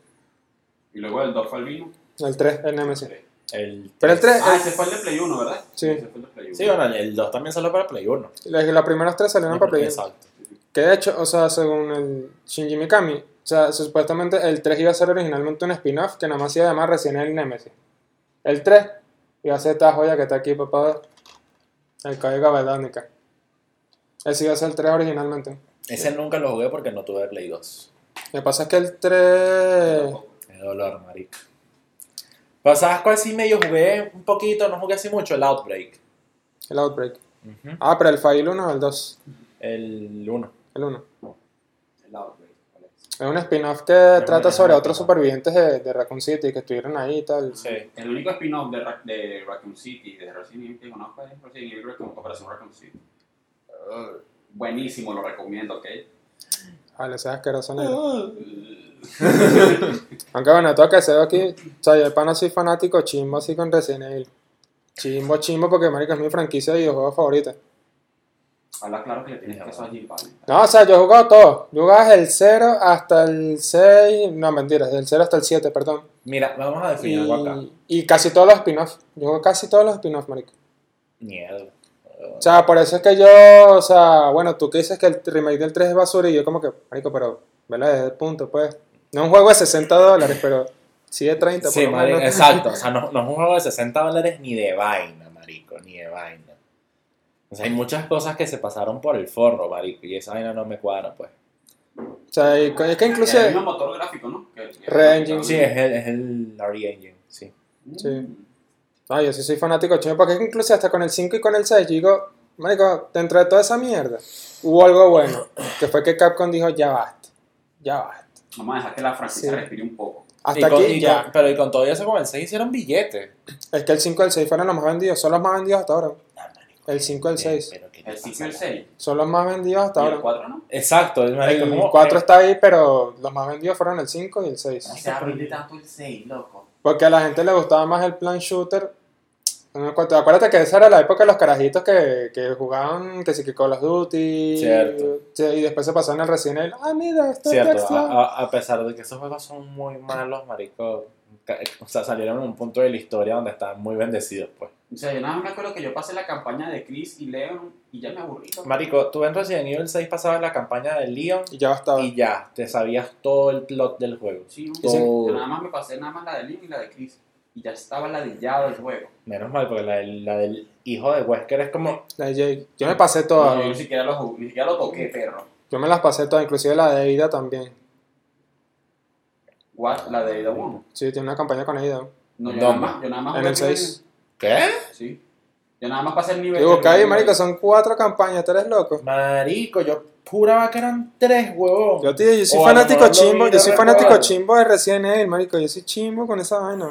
[SPEAKER 2] Y luego el 2 fue el vino.
[SPEAKER 1] El 3, el Nemesis.
[SPEAKER 4] El...
[SPEAKER 1] Pero el 3,
[SPEAKER 2] Ah, ese fue el de Play 1, ¿verdad?
[SPEAKER 1] Sí.
[SPEAKER 2] Ese fue el de Play 1.
[SPEAKER 3] Sí, bueno, el 2 también salió para Play 1.
[SPEAKER 1] los, los primeros tres salieron para Play.
[SPEAKER 3] Exacto.
[SPEAKER 1] Que de hecho, o sea, según el Shinji Mikami, o sea, supuestamente el 3 iba a ser originalmente un spin-off que nada más iba a llamar Resident Evil Nemesis. El 3 iba a ser esta joya que está aquí, papá. El código Verónica. Ese iba a ser el 3 originalmente.
[SPEAKER 3] Ese nunca lo jugué porque no tuve Play 2.
[SPEAKER 1] Lo que pasa es que el 3.
[SPEAKER 3] Qué dolor, marica. Pero ¿sabes cuál sí medio jugué un poquito? No jugué así mucho, el Outbreak.
[SPEAKER 1] El Outbreak. Ah, pero el File 1 o el 2.
[SPEAKER 3] El 1.
[SPEAKER 1] El 1.
[SPEAKER 2] El lado, güey. ¿cuál es?
[SPEAKER 1] Es un spin-off que trata
[SPEAKER 4] es
[SPEAKER 1] sobre
[SPEAKER 4] un
[SPEAKER 1] otros
[SPEAKER 4] spin-off.
[SPEAKER 1] supervivientes de, de Raccoon City que estuvieron ahí y tal.
[SPEAKER 4] Sí.
[SPEAKER 2] El único spin-off de, Ra- de Raccoon City, de Resident Evil que conozco, es Resident Evil Raccoon- Operación Raccoon City. Buenísimo, lo recomiendo, ¿ok?
[SPEAKER 1] Vale, seas asqueroso negro. Aunque bueno, todo que se ve aquí. O sea, yo de pana soy fanático chimbo así con Resident Evil. Chimbo, chimbo, porque marico es mi franquicia de videojuegos favorita.
[SPEAKER 2] Habla claro que le tienes que a Jim Pally.
[SPEAKER 1] No, o sea, yo he jugado todo. Yo jugaba desde el 0 hasta el 6. No, mentira, desde el 0 hasta el 7, perdón.
[SPEAKER 3] Mira, vamos a definir
[SPEAKER 1] Y,
[SPEAKER 3] algo acá.
[SPEAKER 1] y casi todos los spin-offs. Yo jugué casi todos los spin-offs, marico.
[SPEAKER 3] Mierda.
[SPEAKER 1] O sea, por eso es que yo, o sea, bueno, tú que dices que el remake del 3 es basura y yo como que, marico, pero, ¿verdad? Desde el punto, pues. No es un juego de 60 dólares, pero sí de 30, por
[SPEAKER 3] Sí,
[SPEAKER 1] lo
[SPEAKER 3] marico,
[SPEAKER 1] menos.
[SPEAKER 3] exacto. O sea, no, no es un juego de 60 dólares ni de vaina, marico, ni de vaina. O sea, hay muchas cosas que se pasaron por el forro, marico, y esa vaina no me cuadra, pues.
[SPEAKER 1] O sea, y co- es que
[SPEAKER 2] Es el mismo
[SPEAKER 1] inclusive,
[SPEAKER 2] motor gráfico, ¿no? Que- que-
[SPEAKER 1] Re-engine,
[SPEAKER 3] Sí, es el, es el RE Engine, sí.
[SPEAKER 2] Mm.
[SPEAKER 1] Sí. no, yo sí soy fanático chino, porque es que inclusive hasta con el 5 y con el 6, yo digo, marico, dentro de toda esa mierda, hubo algo bueno, que fue que Capcom dijo, ya basta, ya basta.
[SPEAKER 2] Vamos a dejar que la franquicia
[SPEAKER 1] Sí.
[SPEAKER 2] respire un poco.
[SPEAKER 1] Hasta
[SPEAKER 3] Y con-
[SPEAKER 1] aquí
[SPEAKER 3] y
[SPEAKER 1] ya.
[SPEAKER 3] con- pero y con todo eso, con el 6 hicieron billetes.
[SPEAKER 1] Es que el 5 y el 6 fueron los más vendidos, son los más vendidos hasta ahora.
[SPEAKER 3] No, marico,
[SPEAKER 1] El cinco, el
[SPEAKER 3] eh,
[SPEAKER 1] seis.
[SPEAKER 3] pero ¿qué te
[SPEAKER 2] El
[SPEAKER 3] pasa,
[SPEAKER 2] 5 y el
[SPEAKER 3] la-
[SPEAKER 2] 6.
[SPEAKER 1] Son los más vendidos hasta
[SPEAKER 2] Y
[SPEAKER 1] ahora.
[SPEAKER 2] el 4 no.
[SPEAKER 3] Exacto, el marico.
[SPEAKER 1] El
[SPEAKER 3] como-
[SPEAKER 1] 4
[SPEAKER 3] eh,
[SPEAKER 1] está ahí, pero los más vendidos fueron el 5 y el 6.
[SPEAKER 2] O sea, vende tanto el 6, loco.
[SPEAKER 1] Porque a la gente le gustaba más el plan shooter. No, acu- Acuérdate que esa era la época de los carajitos que, que jugaban, que sí que Call of Duty.
[SPEAKER 3] Cierto.
[SPEAKER 1] sí, Y después se pasaron al Resident Evil. Ah, mira, esto es de
[SPEAKER 3] Cierto, ah,
[SPEAKER 1] acción.
[SPEAKER 3] a, a- a pesar de que esos juegos son muy malos, marico, ca- o sea, salieron en un punto de la historia donde están muy bendecidos, pues.
[SPEAKER 2] O sea, yo nada más me acuerdo que yo pasé la campaña de Chris y Leon y ya me aburrí. loco.
[SPEAKER 3] Marico, tú en Resident Evil 6 pasabas la campaña de Leon
[SPEAKER 1] Y ya bastaba.
[SPEAKER 3] y ya, te sabías todo el plot del juego.
[SPEAKER 2] Sí, no.
[SPEAKER 1] Dicen-
[SPEAKER 2] Yo
[SPEAKER 3] Todo.
[SPEAKER 2] nada más me pasé nada más la de Leon y la de Chris. Y ya estaba ladillado el juego.
[SPEAKER 3] Menos mal, porque la del, la del hijo de Wesker es como...
[SPEAKER 1] La de Jake. Yo me pasé todas.
[SPEAKER 3] Ah.
[SPEAKER 2] Yo ni siquiera lo, jugué- ni siquiera lo toqué, perro.
[SPEAKER 1] Yo me las pasé todas, inclusive la de Ida también.
[SPEAKER 2] What? La de The One.
[SPEAKER 1] Sí, tiene una campaña con Ida.
[SPEAKER 2] No,
[SPEAKER 3] ¿Dónde?
[SPEAKER 2] yo nada más. Yo nada más
[SPEAKER 1] En
[SPEAKER 2] jugué
[SPEAKER 1] el seis.
[SPEAKER 3] ¿Qué?
[SPEAKER 2] nivel. Sí. Yo nada más pasé el nivel.
[SPEAKER 1] Digo,
[SPEAKER 2] del
[SPEAKER 1] caí,
[SPEAKER 2] nivel.
[SPEAKER 1] marico, son cuatro campañas, tú eres loco.
[SPEAKER 3] Marico, yo juraba que eran tres, huevón.
[SPEAKER 1] Yo, tío, yo soy
[SPEAKER 3] O a lo
[SPEAKER 1] fanático
[SPEAKER 3] mejor lo
[SPEAKER 1] chimbo,
[SPEAKER 3] vi
[SPEAKER 1] yo soy
[SPEAKER 3] de
[SPEAKER 1] fanático
[SPEAKER 3] recuerdo.
[SPEAKER 1] chimbo de Resident Evil, marico, yo soy chimbo con esa vaina.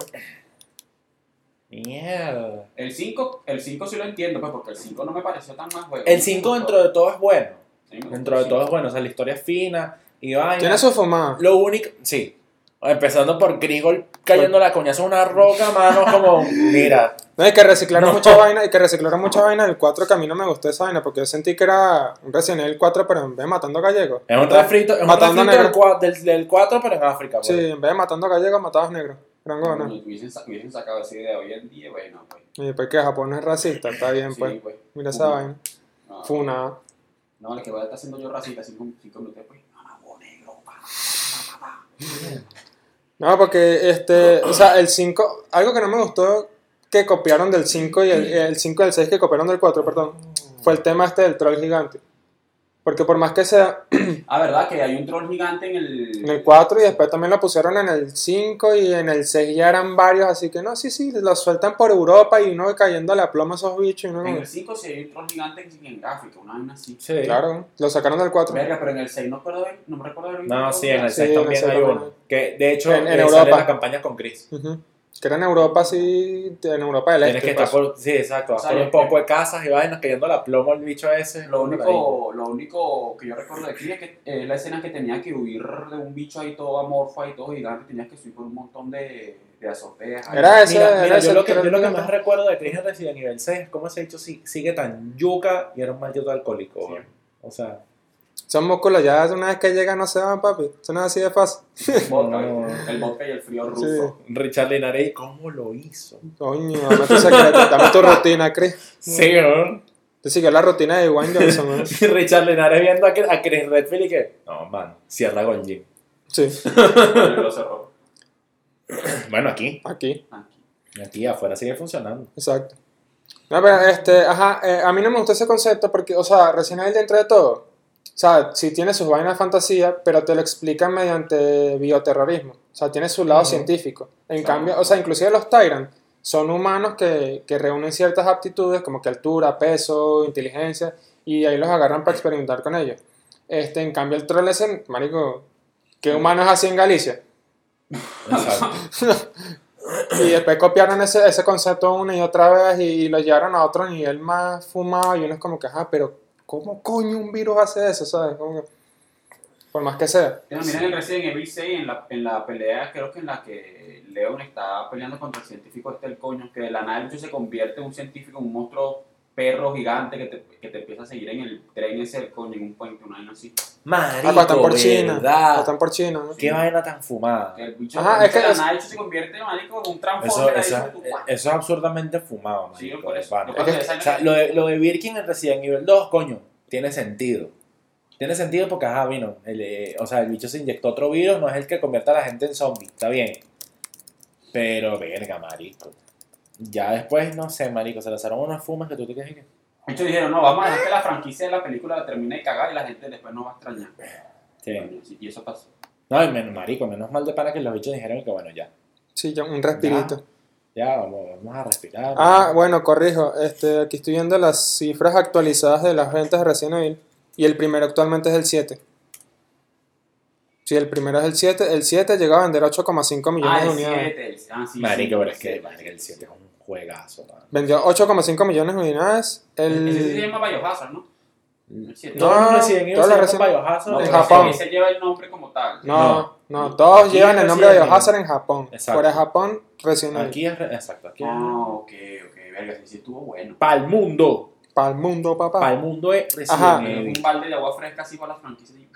[SPEAKER 3] Mierda.
[SPEAKER 2] El 5, el 5 sí lo entiendo, pues porque el 5 no me pareció tan más juego.
[SPEAKER 3] El 5 dentro de todo es bueno.
[SPEAKER 2] Sí, me gustó
[SPEAKER 3] Dentro de
[SPEAKER 2] el
[SPEAKER 3] todo es
[SPEAKER 2] cinco.
[SPEAKER 3] bueno, o sea, la historia es fina y vaina.
[SPEAKER 1] Tiene su fumada.
[SPEAKER 3] Lo único, sí. Empezando por Grigol cayendo la coñazo a una roca, mano, como, mira.
[SPEAKER 1] No, y que reciclaron
[SPEAKER 3] No.
[SPEAKER 1] mucha vaina, y que reciclaron mucha vaina del 4 que a mí no me gustó esa vaina, porque yo sentí que era un Resident Evil 4, pero en vez de matando gallegos.
[SPEAKER 3] Es un
[SPEAKER 1] mataba-
[SPEAKER 3] refrito, es un
[SPEAKER 1] Matando
[SPEAKER 3] refrito del,
[SPEAKER 1] negros.
[SPEAKER 3] cua- del, 4, pero en África.
[SPEAKER 1] Sí,
[SPEAKER 3] pues.
[SPEAKER 1] en vez de matando gallegos, matabas negros. Rangona.
[SPEAKER 2] Bueno, hubiesen, sa- hubiesen sacado esa idea hoy en día, bueno, pues.
[SPEAKER 1] Y después que Japón no es racista, está bien,
[SPEAKER 2] Sí,
[SPEAKER 1] pues.
[SPEAKER 2] pues.
[SPEAKER 1] Mira esa
[SPEAKER 2] Funa.
[SPEAKER 1] vaina.
[SPEAKER 2] No,
[SPEAKER 1] Funa.
[SPEAKER 2] No, la que voy a estar haciendo yo racista 5 minutos después. Mamá, negro, pa.
[SPEAKER 1] No, porque este, o sea, el 5, algo que no me gustó que copiaron del 5 y el, el 5 y el 6 que copiaron del 4, perdón, fue el tema este del troll gigante. Porque por más que sea
[SPEAKER 2] Ah, ¿verdad? Que hay un troll gigante en el.
[SPEAKER 1] en el 4 y después también lo pusieron en el 5 y en el 6 ya eran varios, así que no, sí, sí, los sueltan por Europa y uno cayendo a la ploma a esos bichos y uno
[SPEAKER 2] En
[SPEAKER 1] como-
[SPEAKER 2] el 5 sí hay un troll gigante en, en gráfico, una vaina así.
[SPEAKER 3] Sí.
[SPEAKER 1] Claro, lo sacaron del 4.
[SPEAKER 2] Verga, pero en el 6 no, recuerdo haber- no me recuerdo haber visto.
[SPEAKER 3] No,
[SPEAKER 2] un
[SPEAKER 3] sí,
[SPEAKER 2] troll
[SPEAKER 3] en el
[SPEAKER 2] gigante.
[SPEAKER 1] Sí,
[SPEAKER 3] 6
[SPEAKER 1] en el
[SPEAKER 3] también
[SPEAKER 1] seis
[SPEAKER 3] hay
[SPEAKER 1] también
[SPEAKER 3] uno. Que de hecho,
[SPEAKER 1] En- en
[SPEAKER 3] eh, sale
[SPEAKER 1] Europa.
[SPEAKER 3] la campaña con Chris.
[SPEAKER 1] Ujú. Que era en Europa, sí, en Europa del
[SPEAKER 3] Tienes
[SPEAKER 1] Este.
[SPEAKER 3] que estar
[SPEAKER 1] pues.
[SPEAKER 3] por. Sí, exacto.
[SPEAKER 2] O sea,
[SPEAKER 3] por
[SPEAKER 2] yo-
[SPEAKER 3] un poco de casas y vainas cayendo la plomo el bicho ese.
[SPEAKER 2] Lo único, lo único que yo recuerdo de aquí es que es la escena que tenía que huir de un bicho ahí todo amorfo y todo gigante, tenías que subir por un montón de, de azoteas. ahí.
[SPEAKER 1] Era ese,
[SPEAKER 3] Mira,
[SPEAKER 1] era
[SPEAKER 3] mira,
[SPEAKER 1] ese
[SPEAKER 3] yo, lo que, yo lo que
[SPEAKER 1] troll
[SPEAKER 3] más recuerdo de Chris en Resident Evil 6 es cómo ese bicho si- sigue tan yuca y era un maldito alcohólico.
[SPEAKER 2] Sí.
[SPEAKER 3] güey. O sea,
[SPEAKER 1] Son músculos, ya una vez que llegan no se van, papi. Eso no es así de fácil.
[SPEAKER 2] Vodka,
[SPEAKER 3] No.
[SPEAKER 2] El vodka y el frío ruso.
[SPEAKER 3] Richard Linares, ¿cómo lo hizo?
[SPEAKER 1] Coño, dame tu secreto, dame tu rutina, Chris.
[SPEAKER 3] Sí, ¿no?
[SPEAKER 1] Te siguió la rutina de Dwayne Johnson, ¿no?
[SPEAKER 3] Y Richard Linares viendo a, Chris- a Chris Redfield y que, no, man, cierra con Jim.
[SPEAKER 1] Sí,
[SPEAKER 2] Bueno, lo cerró.
[SPEAKER 3] Bueno, aquí,
[SPEAKER 1] aquí,
[SPEAKER 2] Aquí.
[SPEAKER 3] aquí afuera sigue funcionando.
[SPEAKER 1] exacto. No, pero este, ajá, eh, a mí no me gustó ese concepto porque, o sea, Resident Evil dentro de todo, o sea, sí tiene sus vainas de fantasía, pero te lo explican mediante bioterrorismo. O sea, tiene su lado
[SPEAKER 3] Ujú.
[SPEAKER 1] científico. En
[SPEAKER 2] Claro.
[SPEAKER 1] cambio, o sea, inclusive los Tyrant son humanos que, que reúnen ciertas aptitudes como que altura, peso, inteligencia, y ahí los agarran para experimentar con ellos. Este, en cambio, el troll ese, marico, ¿Qué humano es así en Galicia?
[SPEAKER 4] Exacto.
[SPEAKER 1] Ah, Y después copiaron ese, ese concepto una y otra vez y lo llevaron a otro nivel más fumado y uno es como que, ajá, pero ¿cómo coño un virus hace eso? ¿Sabes? Como que- por más que sea.
[SPEAKER 2] Pero miren el Resident Evil 6 en la, en la pelea, creo que en la que Leon está peleando contra el científico este el coño, que de la nave se convierte en un científico, en un monstruo perro gigante que te, que te empieza a seguir en el tren ese del coño, en un puente, una vaina así.
[SPEAKER 1] Ah, cuando están
[SPEAKER 3] Marico,
[SPEAKER 1] por China. cuando
[SPEAKER 3] ¿verdad?
[SPEAKER 1] Están por China, ¿no?
[SPEAKER 3] Qué vaina tan fumada.
[SPEAKER 2] Que el bicho,
[SPEAKER 1] Ajá,
[SPEAKER 2] el
[SPEAKER 1] es que
[SPEAKER 2] bicho de
[SPEAKER 1] es-
[SPEAKER 2] la nave se convierte marico, en un
[SPEAKER 4] Eso,
[SPEAKER 2] transformer ahí,
[SPEAKER 4] eso,
[SPEAKER 3] eh,
[SPEAKER 2] tú, guau.
[SPEAKER 4] eso es absurdamente fumado, marico.
[SPEAKER 2] Sí, por eso.
[SPEAKER 4] pana.
[SPEAKER 2] Lo que
[SPEAKER 1] Es que-
[SPEAKER 2] pasa
[SPEAKER 3] O
[SPEAKER 2] es
[SPEAKER 3] sea,
[SPEAKER 2] que-
[SPEAKER 3] lo de, lo de Birkin en Resident Evil 2, coño, tiene sentido. Tiene sentido porque, ajá, vino. el, eh, o sea, el bicho se inyectó otro virus, no es el que convierte a la gente en zombie, está bien. Pero, verga, marico. Ya después, no sé, marico, se lanzaron unas fumas que tú te quedas y que.
[SPEAKER 2] De hecho dijeron, no, vamos a dejar que la franquicia de la película la termine de cagar y la gente después nos va a extrañar.
[SPEAKER 3] Sí.
[SPEAKER 2] Y eso pasó.
[SPEAKER 3] No, y menos, marico, menos mal de pana que los bichos dijeron que, bueno, ya.
[SPEAKER 1] Sí, ya, un respirito.
[SPEAKER 3] Ya, vamos, vamos a respirar.
[SPEAKER 1] Ah, bueno, corrijo. Este, aquí estoy viendo las cifras actualizadas de las ventas de Resident Evil. Y el primero actualmente es el 7. Sí, el primero es el 7. El 7 llegó a vender 8,5 millones
[SPEAKER 2] Ah,
[SPEAKER 1] de
[SPEAKER 2] el
[SPEAKER 1] unidades.
[SPEAKER 2] 7. Ah, sí,
[SPEAKER 3] Marico,
[SPEAKER 2] sí,
[SPEAKER 3] pero es
[SPEAKER 2] sí.
[SPEAKER 3] que, marico, el 7 es un juegazo, man.
[SPEAKER 1] Vendió 8,5 millones de unidades. El...
[SPEAKER 2] Ese sí se llama Biohazard, ¿no? El siete.
[SPEAKER 1] No,
[SPEAKER 3] Todos los Resident Evil
[SPEAKER 1] todos
[SPEAKER 3] se
[SPEAKER 1] los
[SPEAKER 3] llaman
[SPEAKER 1] Resident-
[SPEAKER 3] payojazo,
[SPEAKER 2] No,
[SPEAKER 1] en
[SPEAKER 2] pero
[SPEAKER 3] pero-
[SPEAKER 1] Japón.
[SPEAKER 2] Ese ese lleva el nombre como tal.
[SPEAKER 1] No, no,
[SPEAKER 2] No.
[SPEAKER 1] todos
[SPEAKER 3] Aquí
[SPEAKER 1] llevan el
[SPEAKER 3] es
[SPEAKER 1] nombre de
[SPEAKER 3] Resident
[SPEAKER 1] Biohazard en Japón.
[SPEAKER 3] Exacto.
[SPEAKER 1] Fuera de Japón, Resident Evil.
[SPEAKER 3] Aquí es, re- exacto, aquí es.
[SPEAKER 2] Ah, ok, ok, verga, sí, sí estuvo bueno.
[SPEAKER 3] Pa'l mundo.
[SPEAKER 1] Para el mundo, papá.
[SPEAKER 3] Pa'l mundo es Resident
[SPEAKER 1] Ah. Ajá.
[SPEAKER 2] Pero
[SPEAKER 3] Evil.
[SPEAKER 2] Eh, Un balde de agua fresca así para la franquicia. y-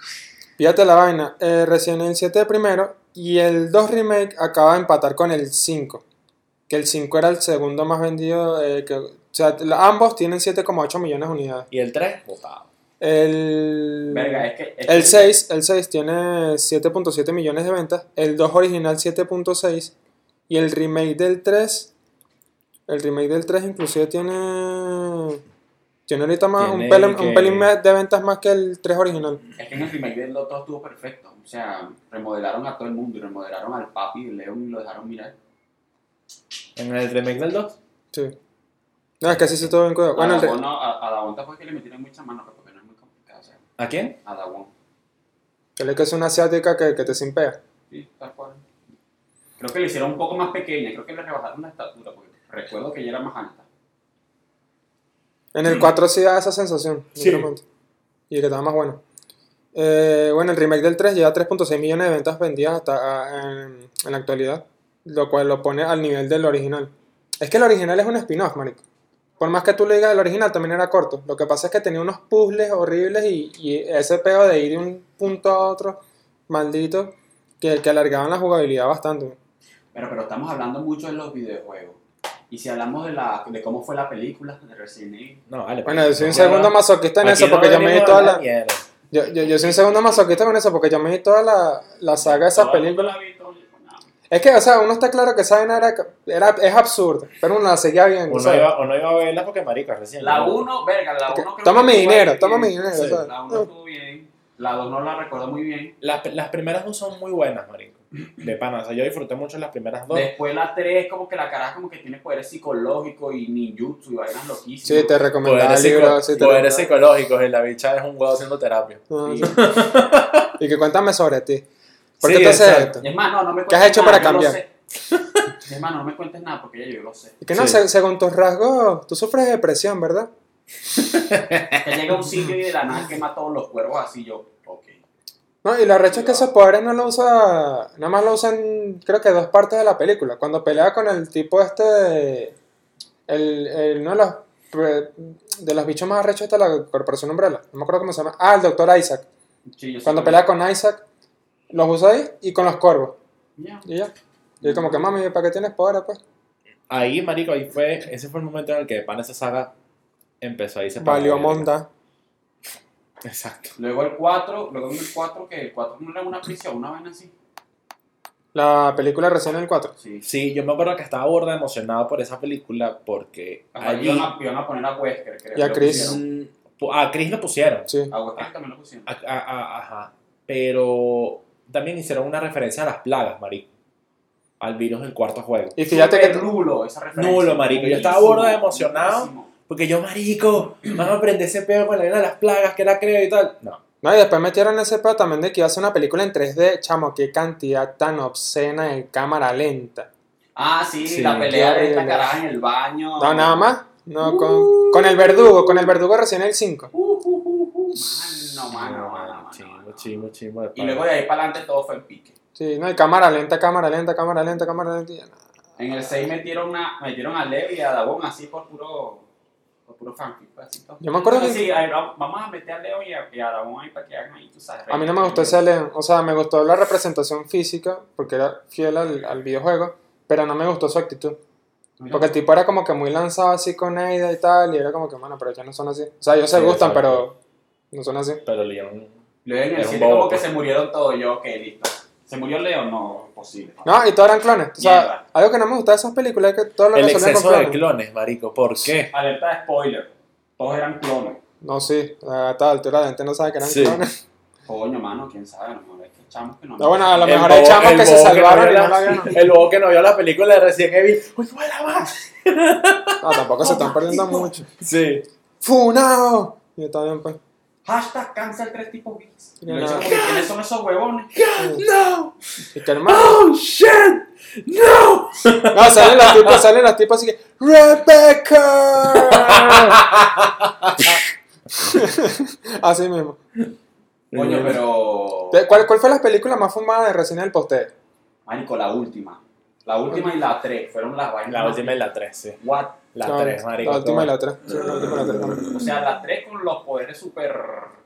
[SPEAKER 1] Fíjate la vaina. eh, Resident Evil 7 primero y el 2 remake acaba de empatar con el 5. Que el 5 era el segundo más vendido. eh, que, o sea, la- ambos tienen 7,8 millones de unidades.
[SPEAKER 3] Y el 3, votado.
[SPEAKER 1] El,
[SPEAKER 2] Verga, es que. es
[SPEAKER 1] el
[SPEAKER 2] que-
[SPEAKER 1] 6, el 6 tiene 7.7 millones de ventas. El 2 original 7.6. Y el remake del 3. El remake del 3 inclusive tiene. Tiene ahorita más, un,
[SPEAKER 3] Tiene
[SPEAKER 1] pelín,
[SPEAKER 3] que-
[SPEAKER 1] un pelín más de ventas más que el 3 original.
[SPEAKER 2] Es que en el remake del otro estuvo perfecto. O sea, remodelaron a todo el mundo y remodelaron al papi de Leon y lo dejaron mirar.
[SPEAKER 3] En el remake del 2.
[SPEAKER 1] Sí. No, es que así se todo bien cuidado. Bueno,
[SPEAKER 2] a
[SPEAKER 1] el re-
[SPEAKER 2] Dawon, no, a, a Dawon tampoco es que le metieron mucha mano, pero porque no es muy complicado. O sea,
[SPEAKER 3] ¿A quién?
[SPEAKER 2] a Dawon.
[SPEAKER 1] que le que es una asiática que, que te simpea.
[SPEAKER 2] Sí, tal cual. Creo que le hicieron un poco más pequeña, creo que le rebajaron la estatura, porque recuerdo que ella era más alta.
[SPEAKER 1] En el 4 sí da esa sensación. literalmente. Y que estaba más bueno. Eh, bueno, el remake del 3 lleva 3.6 millones de ventas vendidas hasta ah, en, en la actualidad. Lo cual lo pone al nivel del original. Es que el original es un spin-off, marico. Por más que tú le digas, el original también era corto. Lo que pasa es que tenía unos puzzles horribles y, y ese peo de ir de un punto a otro, maldito, que, que alargaban la jugabilidad bastante.
[SPEAKER 2] Pero, pero estamos hablando mucho de los videojuegos. Y si hablamos de, la, de cómo fue la película de Resident Evil,
[SPEAKER 3] No, vale. pues.
[SPEAKER 1] Bueno, yo soy un
[SPEAKER 3] Aquí no-
[SPEAKER 1] segundo masoquista en
[SPEAKER 3] aquí
[SPEAKER 1] eso
[SPEAKER 3] no
[SPEAKER 1] porque yo me di
[SPEAKER 3] venimos
[SPEAKER 1] toda
[SPEAKER 3] a hablar
[SPEAKER 1] la...
[SPEAKER 3] mierda.
[SPEAKER 1] Yo, yo, yo soy un segundo masoquista con eso porque yo me vi toda la, la saga de esas
[SPEAKER 2] todo el mundo
[SPEAKER 1] películas.
[SPEAKER 2] la vi, todo pues el mundo la vi.
[SPEAKER 1] Es que, o sea, uno está claro que esa vaina era, era, es absurda, pero uno la seguía viendo.
[SPEAKER 3] Uno
[SPEAKER 1] ¿sabes?
[SPEAKER 3] iba, uno iba a verla porque marica recién.
[SPEAKER 2] La 1, verga, la 1
[SPEAKER 1] Que-
[SPEAKER 2] creo que
[SPEAKER 1] toma mi
[SPEAKER 2] estuvo
[SPEAKER 1] dinero,
[SPEAKER 2] bien.
[SPEAKER 1] toma mi dinero,
[SPEAKER 2] Sí,
[SPEAKER 1] ¿sabes?
[SPEAKER 2] la 1 estuvo bien, la 2 no la recuerdo muy bien.
[SPEAKER 3] Las, las primeras dos son muy buenas, marico. De pana. O sea, yo disfruté mucho las primeras dos.
[SPEAKER 2] Después la 3, como que la caraja como que tiene poderes psicológicos y ninjutsu y vainas loquísimas.
[SPEAKER 1] Sí, te recomendaba
[SPEAKER 3] Poderes,
[SPEAKER 1] el libro.
[SPEAKER 3] psico-
[SPEAKER 1] sí, te
[SPEAKER 3] poderes
[SPEAKER 1] recomendaba.
[SPEAKER 3] psicológicos y la bicha es un huevo haciendo terapia.
[SPEAKER 1] No,
[SPEAKER 2] Sí.
[SPEAKER 1] sí. Y que cuéntame sobre ti. ¿Por
[SPEAKER 3] Sí,
[SPEAKER 1] qué te haces
[SPEAKER 3] exacto.
[SPEAKER 1] esto?
[SPEAKER 2] Es más, no, no me cuentes
[SPEAKER 1] ¿Qué has hecho
[SPEAKER 2] nada,
[SPEAKER 1] para
[SPEAKER 2] yo lo
[SPEAKER 1] cambiar?
[SPEAKER 2] sé. Es más, no me cuentes nada porque ya yo lo sé.
[SPEAKER 1] Y que no,
[SPEAKER 3] Sí.
[SPEAKER 1] se- según tus rasgos, tú sufres de depresión, ¿verdad?
[SPEAKER 2] Que llega a un sitio y de la nada quema todos los cuervos así yo. Ok.
[SPEAKER 1] No, y lo recho es que esos poderes no lo usa, nada más lo usan, creo que dos partes de la película. Cuando pelea con el tipo este, de- el, el- uno de los, pre- de los bichos más arrechos de la Corporación Umbrella, no me acuerdo cómo se llama. Ah, el Doctor Isaac.
[SPEAKER 2] Sí, yo sé
[SPEAKER 1] Cuando
[SPEAKER 2] que-
[SPEAKER 1] pelea con Isaac, los usa ahí y con los corvos.
[SPEAKER 2] Ya.
[SPEAKER 1] Y ya. Y como que mami, ¿para qué tienes poderes, pues?
[SPEAKER 3] Ahí, marico, ahí fue. Ese fue el momento en el que de pana esa saga empezó a irse para
[SPEAKER 1] Valió
[SPEAKER 3] la verga.
[SPEAKER 1] monda.
[SPEAKER 3] Exacto.
[SPEAKER 2] Luego el 4, luego en el 4, que el 4 no era una prisión, una vaina así.
[SPEAKER 1] La película recién el 4.
[SPEAKER 2] Sí.
[SPEAKER 3] Sí, yo me acuerdo que estaba burda emocionado por esa película porque
[SPEAKER 2] Ajá,
[SPEAKER 3] allí
[SPEAKER 2] Iban, a, iban a poner a Wesker, creo.
[SPEAKER 1] Y a
[SPEAKER 2] que lo
[SPEAKER 1] Chris.
[SPEAKER 2] pusieron.
[SPEAKER 3] Mm, pu- a Chris lo pusieron.
[SPEAKER 1] Sí.
[SPEAKER 2] A Wesker también lo pusieron.
[SPEAKER 3] A- a- a- ajá. Pero también hicieron una referencia a las plagas, marico. Al virus del cuarto juego.
[SPEAKER 1] Y fíjate que.
[SPEAKER 2] Súper nulo esa referencia.
[SPEAKER 3] Nulo, marico, yo estaba
[SPEAKER 2] Buenísimo,
[SPEAKER 3] burda de emocionado.
[SPEAKER 2] buenísimo.
[SPEAKER 3] Porque yo, marico, vamos a aprender ese pedo con la vaina de las plagas, que era creo y tal. No.
[SPEAKER 1] No, y después metieron ese pedo también de que iba a ser una película en 3D. Chamo, qué cantidad tan obscena de cámara lenta.
[SPEAKER 2] Ah, sí,
[SPEAKER 3] Sí,
[SPEAKER 2] la pelea
[SPEAKER 1] qué
[SPEAKER 2] de esta
[SPEAKER 1] horrible.
[SPEAKER 2] caraja en el baño.
[SPEAKER 1] No, nada más. No, con, con el verdugo, con el verdugo recién el 5.
[SPEAKER 2] Uh, uh, uh, uh. Mano, mano, mano, mano,
[SPEAKER 3] Chingo,
[SPEAKER 2] mano.
[SPEAKER 3] chingo, chingo. de
[SPEAKER 2] Y
[SPEAKER 3] pana.
[SPEAKER 2] luego de ahí para adelante todo fue el pique.
[SPEAKER 1] Sí, no, y cámara lenta, cámara lenta, cámara lenta, cámara lenta. y ya nada.
[SPEAKER 2] En el 6 metieron, una, metieron a Lev y a Davon así por puro, por puro fanfic. pues, Así, todo.
[SPEAKER 1] Yo me acuerdo que-
[SPEAKER 2] Sí, ahí va- vamos a meter a Leo y a, y a Davon ahí para que hagan ahí, tú sabes.
[SPEAKER 1] A mí no me gustó ese León. O sea, me gustó la representación física, porque era fiel al, al videojuego, pero no me gustó su actitud. Porque el tipo era como que muy lanzado así con Aida y tal, y era como que, bueno, pero ellos no son así. O sea, ellos se
[SPEAKER 3] Sí,
[SPEAKER 1] gustan,
[SPEAKER 3] exacto.
[SPEAKER 1] pero no son así.
[SPEAKER 3] Pero Leon.
[SPEAKER 2] Luego en el
[SPEAKER 3] Es un
[SPEAKER 2] 7 como
[SPEAKER 3] bobo,
[SPEAKER 2] que
[SPEAKER 3] pues.
[SPEAKER 2] se murieron todos. Yo, ok, listo. ¿Se murió Leo? No, posible.
[SPEAKER 1] No, y todos eran clones. O sea,
[SPEAKER 2] Mierda.
[SPEAKER 1] algo que no me gusta de esas películas es que todo lo
[SPEAKER 3] El
[SPEAKER 1] resuelven con
[SPEAKER 3] exceso de
[SPEAKER 1] clones.
[SPEAKER 3] clones, marico. ¿Por qué?
[SPEAKER 2] Alerta de spoiler. Todos eran clones.
[SPEAKER 1] no, sí, a esta altura la gente no sabe que eran
[SPEAKER 3] Sí.
[SPEAKER 1] clones.
[SPEAKER 2] Coño, mano, quién sabe. A lo mejor es que chamos que no. Eh,
[SPEAKER 1] No, bueno, a lo
[SPEAKER 3] El
[SPEAKER 1] mejor hay
[SPEAKER 3] bobo-
[SPEAKER 1] chamos
[SPEAKER 3] el
[SPEAKER 1] que se
[SPEAKER 3] bobo no
[SPEAKER 1] salvaron
[SPEAKER 3] vio
[SPEAKER 1] y no
[SPEAKER 3] la-
[SPEAKER 1] la vieron.
[SPEAKER 3] El bobo que no vio la película de Resident Evil. ¡Uy, fuera más!
[SPEAKER 1] No, tampoco se están perdiendo mucho.
[SPEAKER 3] Sí.
[SPEAKER 1] ¡Funao! Y está bien, pues.
[SPEAKER 2] Hashtag cancel tres tipos geeks. Y
[SPEAKER 1] No, no.
[SPEAKER 2] lo dicen como que, ¿Quiénes son esos huevones?
[SPEAKER 3] ¡No!
[SPEAKER 1] Y que hermano.
[SPEAKER 3] ¡Oh, shit! ¡No!
[SPEAKER 1] No, salen los tipos, salen los tipos así que. ¡Rebecca! así mismo.
[SPEAKER 2] Coño, pero.
[SPEAKER 1] ¿De- ¿Cuál, ¿Cuál fue la película más fumada de Resident Evil para usted?
[SPEAKER 2] Marico, la última. La última y la tres fueron las vainas.
[SPEAKER 3] La
[SPEAKER 2] más-
[SPEAKER 3] última es la 3, sí.
[SPEAKER 2] What?
[SPEAKER 3] La
[SPEAKER 1] No,
[SPEAKER 3] 3, marico.
[SPEAKER 1] La última y
[SPEAKER 3] todo.
[SPEAKER 1] la tres. Sí, la última y la tres también.
[SPEAKER 2] O sea, las tres con los poderes súper.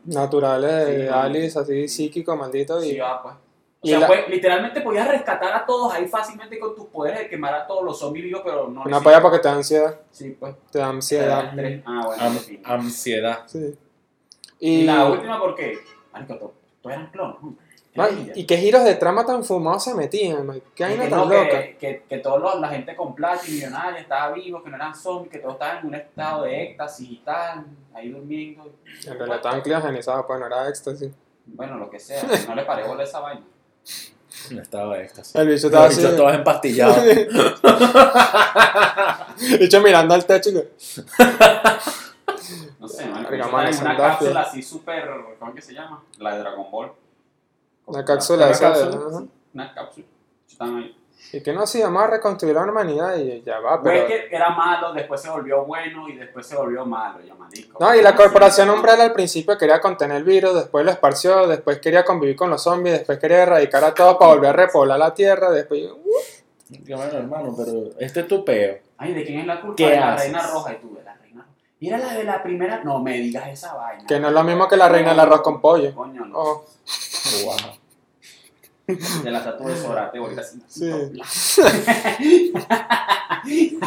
[SPEAKER 1] Naturales
[SPEAKER 2] Sí,
[SPEAKER 1] de
[SPEAKER 2] no.
[SPEAKER 1] Alice, así psíquico, maldito. Y,
[SPEAKER 2] Sí, va, pues. O
[SPEAKER 1] Y
[SPEAKER 2] sea,
[SPEAKER 1] la-
[SPEAKER 2] pues, literalmente podías rescatar a todos ahí fácilmente con tus poderes de quemar a todos los zombies vivos, pero no. lo
[SPEAKER 1] una
[SPEAKER 2] hiciste.
[SPEAKER 1] paya porque te da ansiedad.
[SPEAKER 2] Sí, pues.
[SPEAKER 1] Te da ansiedad.
[SPEAKER 2] Las tres. Ah, bueno. en fin.
[SPEAKER 3] Am- ansiedad.
[SPEAKER 1] Sí.
[SPEAKER 2] Y
[SPEAKER 1] Y,
[SPEAKER 2] la última, ¿por qué? Marico, to- todos eran clones. ¿no? Qué
[SPEAKER 1] no, y-
[SPEAKER 2] ladilla.
[SPEAKER 1] y qué giros de trama tan fumados se metían. man. Qué
[SPEAKER 2] Y
[SPEAKER 1] vaina
[SPEAKER 2] que,
[SPEAKER 1] tan
[SPEAKER 2] no,
[SPEAKER 1] loca.
[SPEAKER 2] que, que, que todos los- la gente con plata y millonaria estaba vivo, que no eran zombies, que todos estaban en un estado de éxtasis y tal, ahí durmiendo.
[SPEAKER 1] En realidad estaban criogenizados, pues no era éxtasis.
[SPEAKER 2] Bueno, lo que sea, no le paré bola a esa vaina.
[SPEAKER 3] No estaba éxtasis.
[SPEAKER 1] El bicho estaba
[SPEAKER 3] Los
[SPEAKER 1] así.
[SPEAKER 3] bichos todos empastillados.
[SPEAKER 1] De hecho, mirando al techo. y que-
[SPEAKER 2] No sé, marico,
[SPEAKER 1] Verga,
[SPEAKER 2] eso
[SPEAKER 1] mano,
[SPEAKER 2] está en una
[SPEAKER 1] sandalia.
[SPEAKER 2] cápsula así súper, ¿cómo es que se llama? La de Dragon Ball.
[SPEAKER 1] Una cápsula
[SPEAKER 3] Una
[SPEAKER 1] esa de-
[SPEAKER 3] cápsula,
[SPEAKER 1] ajá.
[SPEAKER 2] Una cápsula. Están ahí.
[SPEAKER 1] Y que no, sí, vamos a reconstruir la humanidad y ya va,
[SPEAKER 2] Güey,
[SPEAKER 1] pero.
[SPEAKER 2] que era malo, después se volvió bueno y después se volvió malo, ya marico.
[SPEAKER 1] No, y la
[SPEAKER 2] Sí,
[SPEAKER 1] corporación
[SPEAKER 2] sí.
[SPEAKER 1] Umbrella al principio quería contener el virus, después lo esparció, después quería convivir con los zombies, después quería erradicar a todos para volver a repoblar la tierra, después. uh,
[SPEAKER 3] Qué bueno, hermano, pero este es tu peo.
[SPEAKER 2] Ay, ¿de quién es la culpa?
[SPEAKER 3] ¿Qué
[SPEAKER 2] de la
[SPEAKER 3] haces?
[SPEAKER 2] reina roja y tú, de la reina roja. Mira la de la primera, no me digas esa vaina.
[SPEAKER 1] Que no es lo mismo que la reina del arroz con pollo.
[SPEAKER 2] Coño, no.
[SPEAKER 1] Oh,
[SPEAKER 3] Wow.
[SPEAKER 2] De la estatua de Sorate, ahorita sí.
[SPEAKER 1] Sí.
[SPEAKER 2] Sí,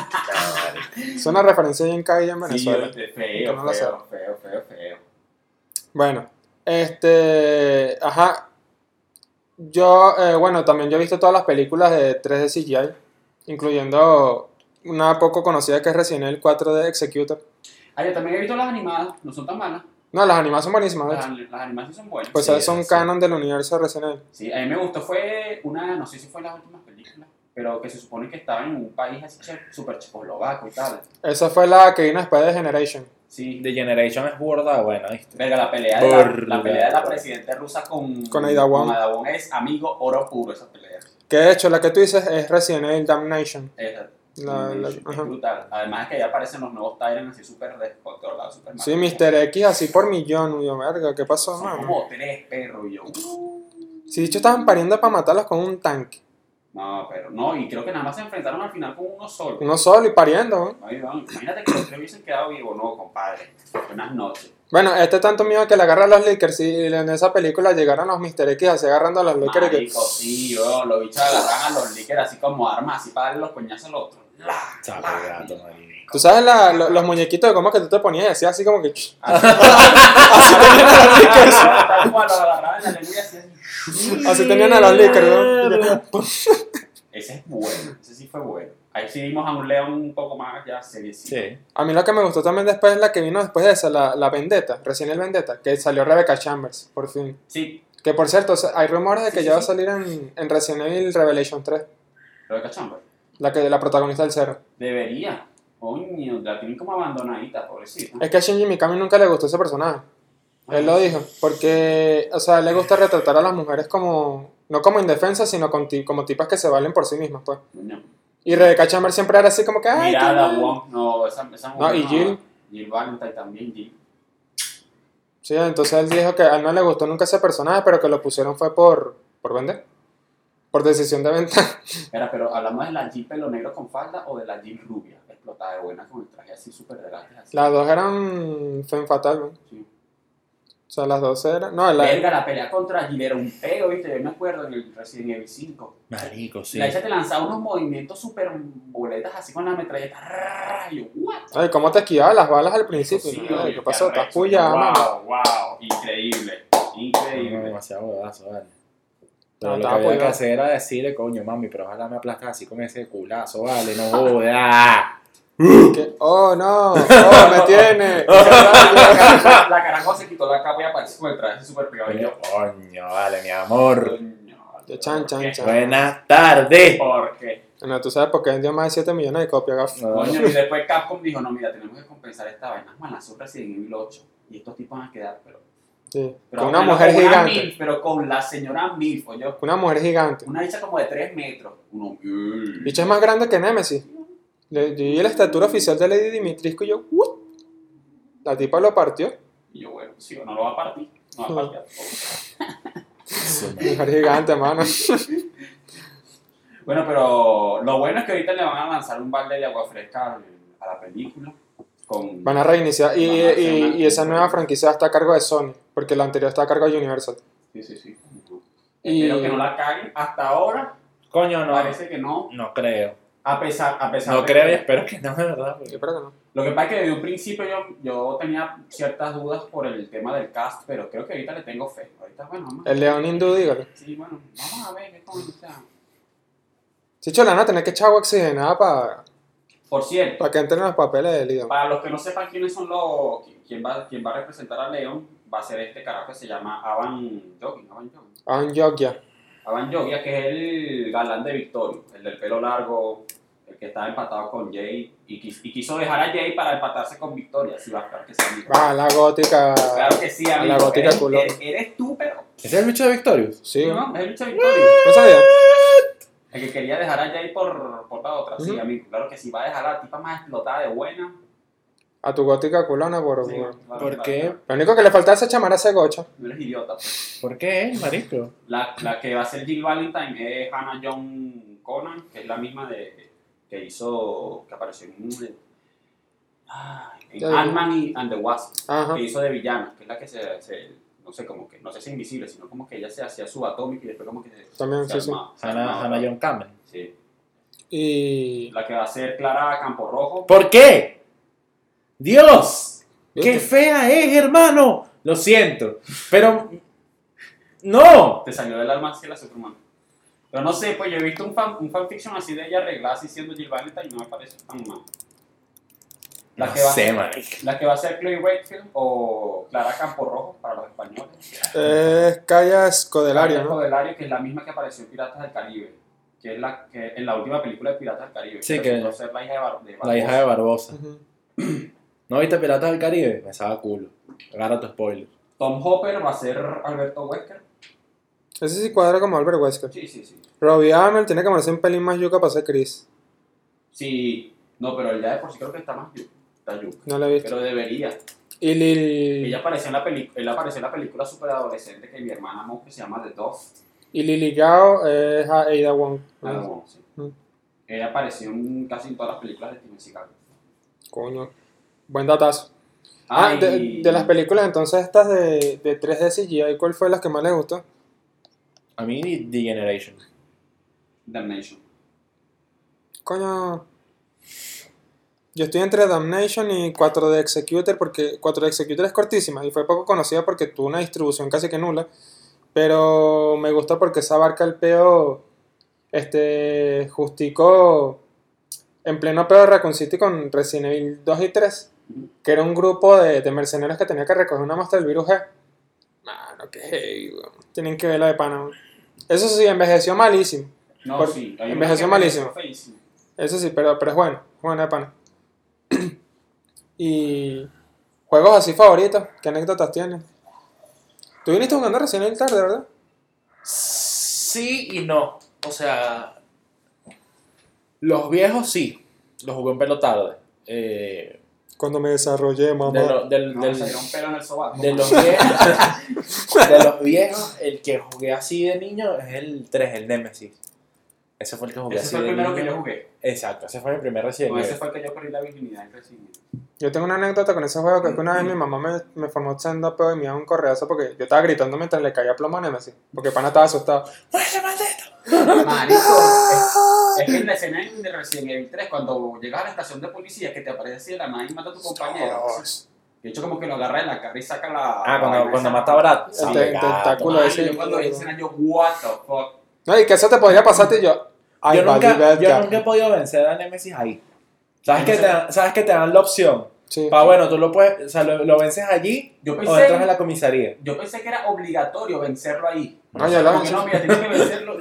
[SPEAKER 1] es una referencia bien caída en Venezuela.
[SPEAKER 2] oíste,
[SPEAKER 1] Que
[SPEAKER 2] feo,
[SPEAKER 1] no lo
[SPEAKER 2] feo, feo, feo, feo.
[SPEAKER 1] Bueno, este, ajá. Yo, eh, bueno, también yo he visto todas las películas de 3D CGI, incluyendo una poco conocida que es Resident Evil 4D Executor.
[SPEAKER 2] Ah, yo también he visto las animadas, no son tan malas.
[SPEAKER 1] No, las animadas son buenísimas, de
[SPEAKER 2] Las,
[SPEAKER 1] hecho.
[SPEAKER 2] las animadas Ah, sí son buenas.
[SPEAKER 1] Pues
[SPEAKER 3] sí,
[SPEAKER 1] esas son
[SPEAKER 3] sí.
[SPEAKER 1] canon del universo de Resident Evil.
[SPEAKER 2] Sí, a mí me gustó, fue una, no sé si fue las últimas películas, pero que se supone que estaba en un país así che- súper checoslovaco y tal.
[SPEAKER 1] Esa fue la que vino después de Generation.
[SPEAKER 2] Sí,
[SPEAKER 3] The Generation es burda buena, ¿viste?
[SPEAKER 2] verga, la pelea de la, la
[SPEAKER 3] Burda.
[SPEAKER 2] pelea de la presidenta rusa con,
[SPEAKER 1] Con Aida Wong.
[SPEAKER 2] con Aida Wong es amigo oro puro esa pelea.
[SPEAKER 1] Que de hecho la que tú dices es Resident Evil Damnation.
[SPEAKER 2] Esa-
[SPEAKER 1] La- la-
[SPEAKER 2] es
[SPEAKER 1] ajá.
[SPEAKER 2] brutal. Además es que ahí aparecen los nuevos Tyrants así súper descontrolados, súper
[SPEAKER 1] Sí,
[SPEAKER 2] mal.
[SPEAKER 1] Mr. X así por millón, yo, verga, ¿qué pasó,
[SPEAKER 2] Son
[SPEAKER 1] mano?
[SPEAKER 2] como tres perros y yo. "Uh".
[SPEAKER 1] Si dicho estaban pariendo para matarlos con un tanque.
[SPEAKER 2] No, pero no, y creo que nada más se enfrentaron al final con uno solo.
[SPEAKER 1] Uno solo y pariendo, ¿eh?
[SPEAKER 2] Ahí van. Imagínate que los tres hubiesen quedado vivos, no, compadre. Buenas noches.
[SPEAKER 1] Bueno, este tanto miedo que le agarra a los Lakers y en esa película llegaron los Mr. X así agarrando a los Lakers y que...
[SPEAKER 2] Marico, sí, weón, los bichos agarran a los líqueres así como armas, así para darle los coñazos al otro. La,
[SPEAKER 3] Sabe,
[SPEAKER 2] la.
[SPEAKER 3] gato, marico.
[SPEAKER 1] Tú sabes la- lo- los muñequitos de goma que tú te ponías y hacías así como que... ch-
[SPEAKER 2] Así,
[SPEAKER 1] Así tenían a los Lakers, así tenían a los
[SPEAKER 2] tal cual, lo agarraban en la lengua y así.
[SPEAKER 1] Lakers, ¿no? Y que-
[SPEAKER 2] Ese es bueno, ese sí fue bueno. Ahí sí vimos a un león un poco más ya serio.
[SPEAKER 3] Sí.
[SPEAKER 1] A mí lo que me gustó también después es la que vino después de esa, la, la Vendetta, recién el Vendetta, que salió Rebecca Chambers, por fin.
[SPEAKER 2] Sí,
[SPEAKER 1] Que por cierto, o sea, hay rumores de que
[SPEAKER 2] Sí,
[SPEAKER 1] ya
[SPEAKER 2] sí,
[SPEAKER 1] va a
[SPEAKER 2] sí.
[SPEAKER 1] salir en, en Resident Evil Revelation 3,
[SPEAKER 2] Rebecca Chambers.
[SPEAKER 1] la que la protagonista del cero.
[SPEAKER 2] Debería. Coño, la tienen como abandonadita, pobrecita.
[SPEAKER 1] Es que a Shinji Mikami nunca le gustó ese personaje. Él lo dijo, porque, o sea, a él le gusta retratar a las mujeres como, no como indefensas, sino con ti- como tipas que se valen por sí mismas, pues.
[SPEAKER 2] No.
[SPEAKER 1] Y Rebecca Chamber siempre era así como que, ay, qué
[SPEAKER 2] Mirada,
[SPEAKER 1] mal".
[SPEAKER 2] Wong, no, esa, esa
[SPEAKER 1] No, y Jill.
[SPEAKER 2] Jill Valentine también, Jill.
[SPEAKER 1] Sí, entonces él dijo que a él no le gustó nunca ese personaje, pero que lo pusieron fue por, por vender, por decisión de venta.
[SPEAKER 2] Espera, pero hablamos de la Jill pelo negro con falda o de la Jill rubia, explotada de buena con el traje así súper elegante. Así.
[SPEAKER 1] Las dos eran femme fatal, ¿no?
[SPEAKER 2] Sí.
[SPEAKER 1] O sea, las dos eran, no, la,
[SPEAKER 2] Verga, la pelea contra Jill era un peo, ¿viste? Yo me acuerdo en el Resident Evil 5.
[SPEAKER 3] Marico, sí.
[SPEAKER 2] La hecha te lanzaba unos movimientos súper boletas así con la metralleta. Y yo, ¿what?
[SPEAKER 1] ay, cómo te esquivaba las balas al principio,
[SPEAKER 2] Sí,
[SPEAKER 1] Ay,
[SPEAKER 2] oye,
[SPEAKER 1] ¿qué pasó?
[SPEAKER 2] arrecho.
[SPEAKER 1] Estás puya, mano.
[SPEAKER 2] Wow, wow, increíble,
[SPEAKER 3] No,
[SPEAKER 2] increíble.
[SPEAKER 3] demasiado bodazo, vale.
[SPEAKER 1] No,
[SPEAKER 3] Pero lo que
[SPEAKER 1] estaba
[SPEAKER 3] había que
[SPEAKER 1] apoyado.
[SPEAKER 3] hacer era decirle, coño, mami, pero ojalá me aplastas así con ese culazo, vale, no joda.
[SPEAKER 1] Que, oh, no, oh, me tiene.
[SPEAKER 2] La caraja- La carajo se quitó la capa y apareció con el traje súper pegado. Y yo,
[SPEAKER 3] Coño, coño, vale, mi amor.
[SPEAKER 2] coño,
[SPEAKER 1] De chan, chan,
[SPEAKER 2] ¿por qué?
[SPEAKER 1] chan.
[SPEAKER 3] Buenas tardes.
[SPEAKER 2] ¿Por qué?
[SPEAKER 1] No, tú sabes por qué vendió más de 7 millones de copias, gaf.
[SPEAKER 3] No,
[SPEAKER 2] Coño, y después Capcom dijo, no, mira, tenemos que compensar esta vaina. Bueno, la Super Resident Evil 8. Y estos tipos van a quedar, pero...
[SPEAKER 1] Sí.
[SPEAKER 2] pero
[SPEAKER 1] Con una
[SPEAKER 2] bueno,
[SPEAKER 1] mujer
[SPEAKER 2] con
[SPEAKER 1] gigante.
[SPEAKER 2] MILF, pero con la señora Milf, oye.
[SPEAKER 1] Una mujer gigante.
[SPEAKER 2] Una bicha como de 3 metros. Uno, "Mm". "Uy".
[SPEAKER 1] Bicho es más grande que Nemesis. Le, yo vi la estatura oficial de Lady Dimitrisco y yo, "What?". La tipa lo partió.
[SPEAKER 2] Y yo, bueno, si yo no lo va a partir, no va a partir.
[SPEAKER 3] su madre.
[SPEAKER 1] Mujer gigante, mano.
[SPEAKER 2] Bueno, pero lo bueno es que ahorita le van a lanzar un balde de agua fresca al- a la película. Con...
[SPEAKER 1] Van a reiniciar. Y,
[SPEAKER 2] Van a hacer
[SPEAKER 1] y-
[SPEAKER 2] una-
[SPEAKER 1] y esa nueva franquicia está a cargo de Sony. Porque la anterior está a cargo de Universal.
[SPEAKER 2] Sí, sí, sí.
[SPEAKER 1] Y-
[SPEAKER 2] Espero que no la caguen. Hasta ahora
[SPEAKER 3] Coño, no.
[SPEAKER 2] parece que no.
[SPEAKER 3] No creo.
[SPEAKER 2] A pesar, a pesar
[SPEAKER 3] No
[SPEAKER 2] de
[SPEAKER 3] creo
[SPEAKER 2] que-
[SPEAKER 3] y espero que no, de verdad. porque-
[SPEAKER 1] Yo creo que no.
[SPEAKER 2] Lo que pasa es que desde un principio yo, yo tenía ciertas dudas por el tema del cast, pero creo que ahorita le tengo fe. Ahorita, bueno, vamos a,
[SPEAKER 1] El león hindú, dígalo.
[SPEAKER 2] sí, bueno, vamos a ver qué coño sea.
[SPEAKER 1] Si chola, no, tenés que echar agua oxigenada para
[SPEAKER 2] Por cierto,
[SPEAKER 1] que entren los papeles del idioma.
[SPEAKER 2] para los que no sepan quiénes son los... quién va, quién va a representar a León, va a ser este carajo que se llama Avan Yogi, Avan Yogi.
[SPEAKER 1] Anjokia.
[SPEAKER 2] Avan Yogia, que es el galán de Victorio, el del pelo largo, el que estaba empatado con Jay y, quis- y quiso dejar a Jay para empatarse con Victoria. Sí, va a estar que sea amigo.
[SPEAKER 1] Ah, la gótica.
[SPEAKER 2] Claro que sí, amigo.
[SPEAKER 1] la gotica
[SPEAKER 2] eres,
[SPEAKER 1] culona.
[SPEAKER 2] eres- eres tú, pero.
[SPEAKER 3] ¿Ese es el bicho de Victorious?
[SPEAKER 1] Sí, ¿no?
[SPEAKER 2] No, es el bicho de Victorio.
[SPEAKER 1] ¿No sabía?
[SPEAKER 2] El que quería dejar a Jay por, por la otra. Sí,
[SPEAKER 1] Ujú.
[SPEAKER 2] amigo. Claro que sí, va a dejar a la tipa más explotada de buena.
[SPEAKER 1] A tu gótica culona, por
[SPEAKER 2] Sí,
[SPEAKER 1] por-
[SPEAKER 2] claro,
[SPEAKER 3] ¿Por
[SPEAKER 2] claro,
[SPEAKER 3] qué?
[SPEAKER 2] claro.
[SPEAKER 1] Lo único que le faltaba es chamar a ese gocha.
[SPEAKER 2] No eres idiota. pues.
[SPEAKER 3] ¿Por qué, eh, marico?
[SPEAKER 2] La, la que va a ser Jill Valentine es Hannah John Conan, que es la misma de, que hizo. que apareció en. un- Ay, en
[SPEAKER 1] Ya digo.
[SPEAKER 2] Ant-Man y- and the Wasp.
[SPEAKER 1] Ajá.
[SPEAKER 2] que hizo de villana, que es la que se, se- no sé, como que, no sé si invisible, sino como que ella se hacía subatómica y después como que se,
[SPEAKER 1] También,
[SPEAKER 2] se
[SPEAKER 1] sí, sí.
[SPEAKER 2] armaba, se
[SPEAKER 3] Hannah,
[SPEAKER 2] armaba.
[SPEAKER 3] Hannah John Cameron.
[SPEAKER 2] Sí.
[SPEAKER 1] Y.
[SPEAKER 2] La que va a ser Clara Camporrojo.
[SPEAKER 3] ¿Por qué? ¡Dios!
[SPEAKER 1] ¿Viste?
[SPEAKER 3] ¡Qué fea es, hermano! Lo siento, pero... ¡No!
[SPEAKER 2] Te salió del alma así la Superman. Pero no sé, pues yo he visto un, fan, un fanfiction así de ella arreglada, así siendo Jill Valentine y no me parece tan mal. La
[SPEAKER 3] No
[SPEAKER 2] que va-
[SPEAKER 3] sé, marico.
[SPEAKER 2] La que va a ser Chloe Wakefield o Clara Camporrojo para los españoles.
[SPEAKER 1] Es Calla eh, Escodelario,
[SPEAKER 2] Clara
[SPEAKER 1] ¿no?
[SPEAKER 2] Codelario, que es la misma que apareció en Piratas del Caribe. Que es la que en la última película de Piratas del Caribe.
[SPEAKER 3] Sí, que-
[SPEAKER 2] resultó ser la hija de, Bar- de
[SPEAKER 3] La
[SPEAKER 2] Barbosa.
[SPEAKER 3] hija de Barbosa.
[SPEAKER 1] Ujú.
[SPEAKER 3] ¿No viste Piratas del Caribe? Me saca culo. Agarra tu spoiler.
[SPEAKER 2] Tom Hopper va a ser Alberto Wesker.
[SPEAKER 1] Ese sí cuadra como Albert Wesker.
[SPEAKER 2] Sí, sí, sí.
[SPEAKER 1] Robbie Amell tiene que ponerse un pelín más yuca para ser Chris.
[SPEAKER 2] Sí, no, pero él ya de por sí creo que está más yu- está yuca.
[SPEAKER 1] No lo he visto.
[SPEAKER 2] Pero debería.
[SPEAKER 1] Y
[SPEAKER 2] Ella
[SPEAKER 1] Lil.
[SPEAKER 2] apareció en la película, él apareció en la película superadolescente que mi hermana amó, que se llama The Dove.
[SPEAKER 1] Y Lily Gao es a Ada Wong.
[SPEAKER 2] Ah, no, sí.
[SPEAKER 1] Mm.
[SPEAKER 2] Ella apareció en casi en todas las películas de Steven Seagal.
[SPEAKER 1] Coño. Buen datazo. Ah,
[SPEAKER 2] Ay,
[SPEAKER 1] de, de las películas entonces estas de, de 3D CGI, ¿cuál fue la que más les gustó?
[SPEAKER 3] A mí, The Generation.
[SPEAKER 2] Damnation.
[SPEAKER 1] Coño. Yo estoy entre Damnation y 4D Executor porque 4D Executor es cortísima y fue poco conocida porque tuvo una distribución casi que nula. Pero me gusta porque se abarca el peo este, justico en pleno peo de Raccoon City con Resident Evil 2 y 3,
[SPEAKER 2] Ujú.
[SPEAKER 1] que era un grupo de, de mercenarios que tenía que recoger una muestra del virus G. Mano, qué heavy, weón. Tienen que verla de Panamá. Eso sí, envejeció malísimo.
[SPEAKER 2] No,
[SPEAKER 1] Por-
[SPEAKER 2] sí. hay una
[SPEAKER 1] envejeció
[SPEAKER 2] que
[SPEAKER 1] malísimo.
[SPEAKER 2] apareció feísima.
[SPEAKER 1] Eso sí, pero, pero es bueno, es bueno de pana. y juegos así favoritos, ¿qué anécdotas tienes? Tú viniste jugando recién el tarde, ¿verdad?
[SPEAKER 3] Sí y no. O sea, los viejos sí. Los jugué un pelo tarde. Eh,
[SPEAKER 1] Cuando me desarrollé, mamá.
[SPEAKER 3] de, lo- del-
[SPEAKER 2] No,
[SPEAKER 3] del-
[SPEAKER 2] se dieron pelo en el sobaco.
[SPEAKER 3] de los viejos, de los viejos, el que jugué así de niño es el 3, el Nemesis. Ese fue el que jugué
[SPEAKER 2] Ese
[SPEAKER 3] así
[SPEAKER 2] fue el
[SPEAKER 3] de
[SPEAKER 2] primero que
[SPEAKER 3] niño.
[SPEAKER 2] yo jugué.
[SPEAKER 3] Exacto, ese fue mi primer Resident
[SPEAKER 2] Con ese
[SPEAKER 3] Evil.
[SPEAKER 2] fue el que yo perdí la virginidad en Resident Evil.
[SPEAKER 1] Yo tengo una anécdota con ese juego que es que una vez mi mamá me, me formó sendo peo y me dio un correazo porque yo estaba gritando mientras le caía plomo a Nemesis. Porque pana estaba asustado.
[SPEAKER 2] Marico, es, es que en la escena en- de Resident Evil 3, cuando llegas a la estación de policía, que te aparece así de la nada y mata a tu compañero. De hecho, como que lo agarra en la cara y saca la.
[SPEAKER 3] Ah,
[SPEAKER 2] la
[SPEAKER 3] cuando,
[SPEAKER 2] vaina
[SPEAKER 3] cuando
[SPEAKER 2] esa.
[SPEAKER 3] mata a Brad.
[SPEAKER 1] Sí,
[SPEAKER 3] Ah,
[SPEAKER 1] te-
[SPEAKER 3] gato.
[SPEAKER 1] tentáculo.
[SPEAKER 2] Marico,
[SPEAKER 1] ese-
[SPEAKER 2] yo cuando vi esa escena, yo, what the fuck.
[SPEAKER 1] No, y que eso te podría pasarte y yo. Ay,
[SPEAKER 3] Yo
[SPEAKER 1] valí
[SPEAKER 3] nunca,
[SPEAKER 1] verga.
[SPEAKER 3] yo nunca he podido vencer a Nemesis ahí. ¿Sabes que,
[SPEAKER 2] No
[SPEAKER 3] te,
[SPEAKER 2] sé.
[SPEAKER 3] dan- ¿Sabes que te dan la opción?
[SPEAKER 1] Sí.
[SPEAKER 3] Pa, bueno, tú lo puedes, o sea, lo, lo vences allí
[SPEAKER 2] Yo
[SPEAKER 3] o entras a
[SPEAKER 2] pensé,
[SPEAKER 3] Pues la comisaría.
[SPEAKER 2] yo pensé que era obligatorio vencerlo ahí.
[SPEAKER 1] No, yo lo-
[SPEAKER 2] Como que no, mira, tienes que vencerlo.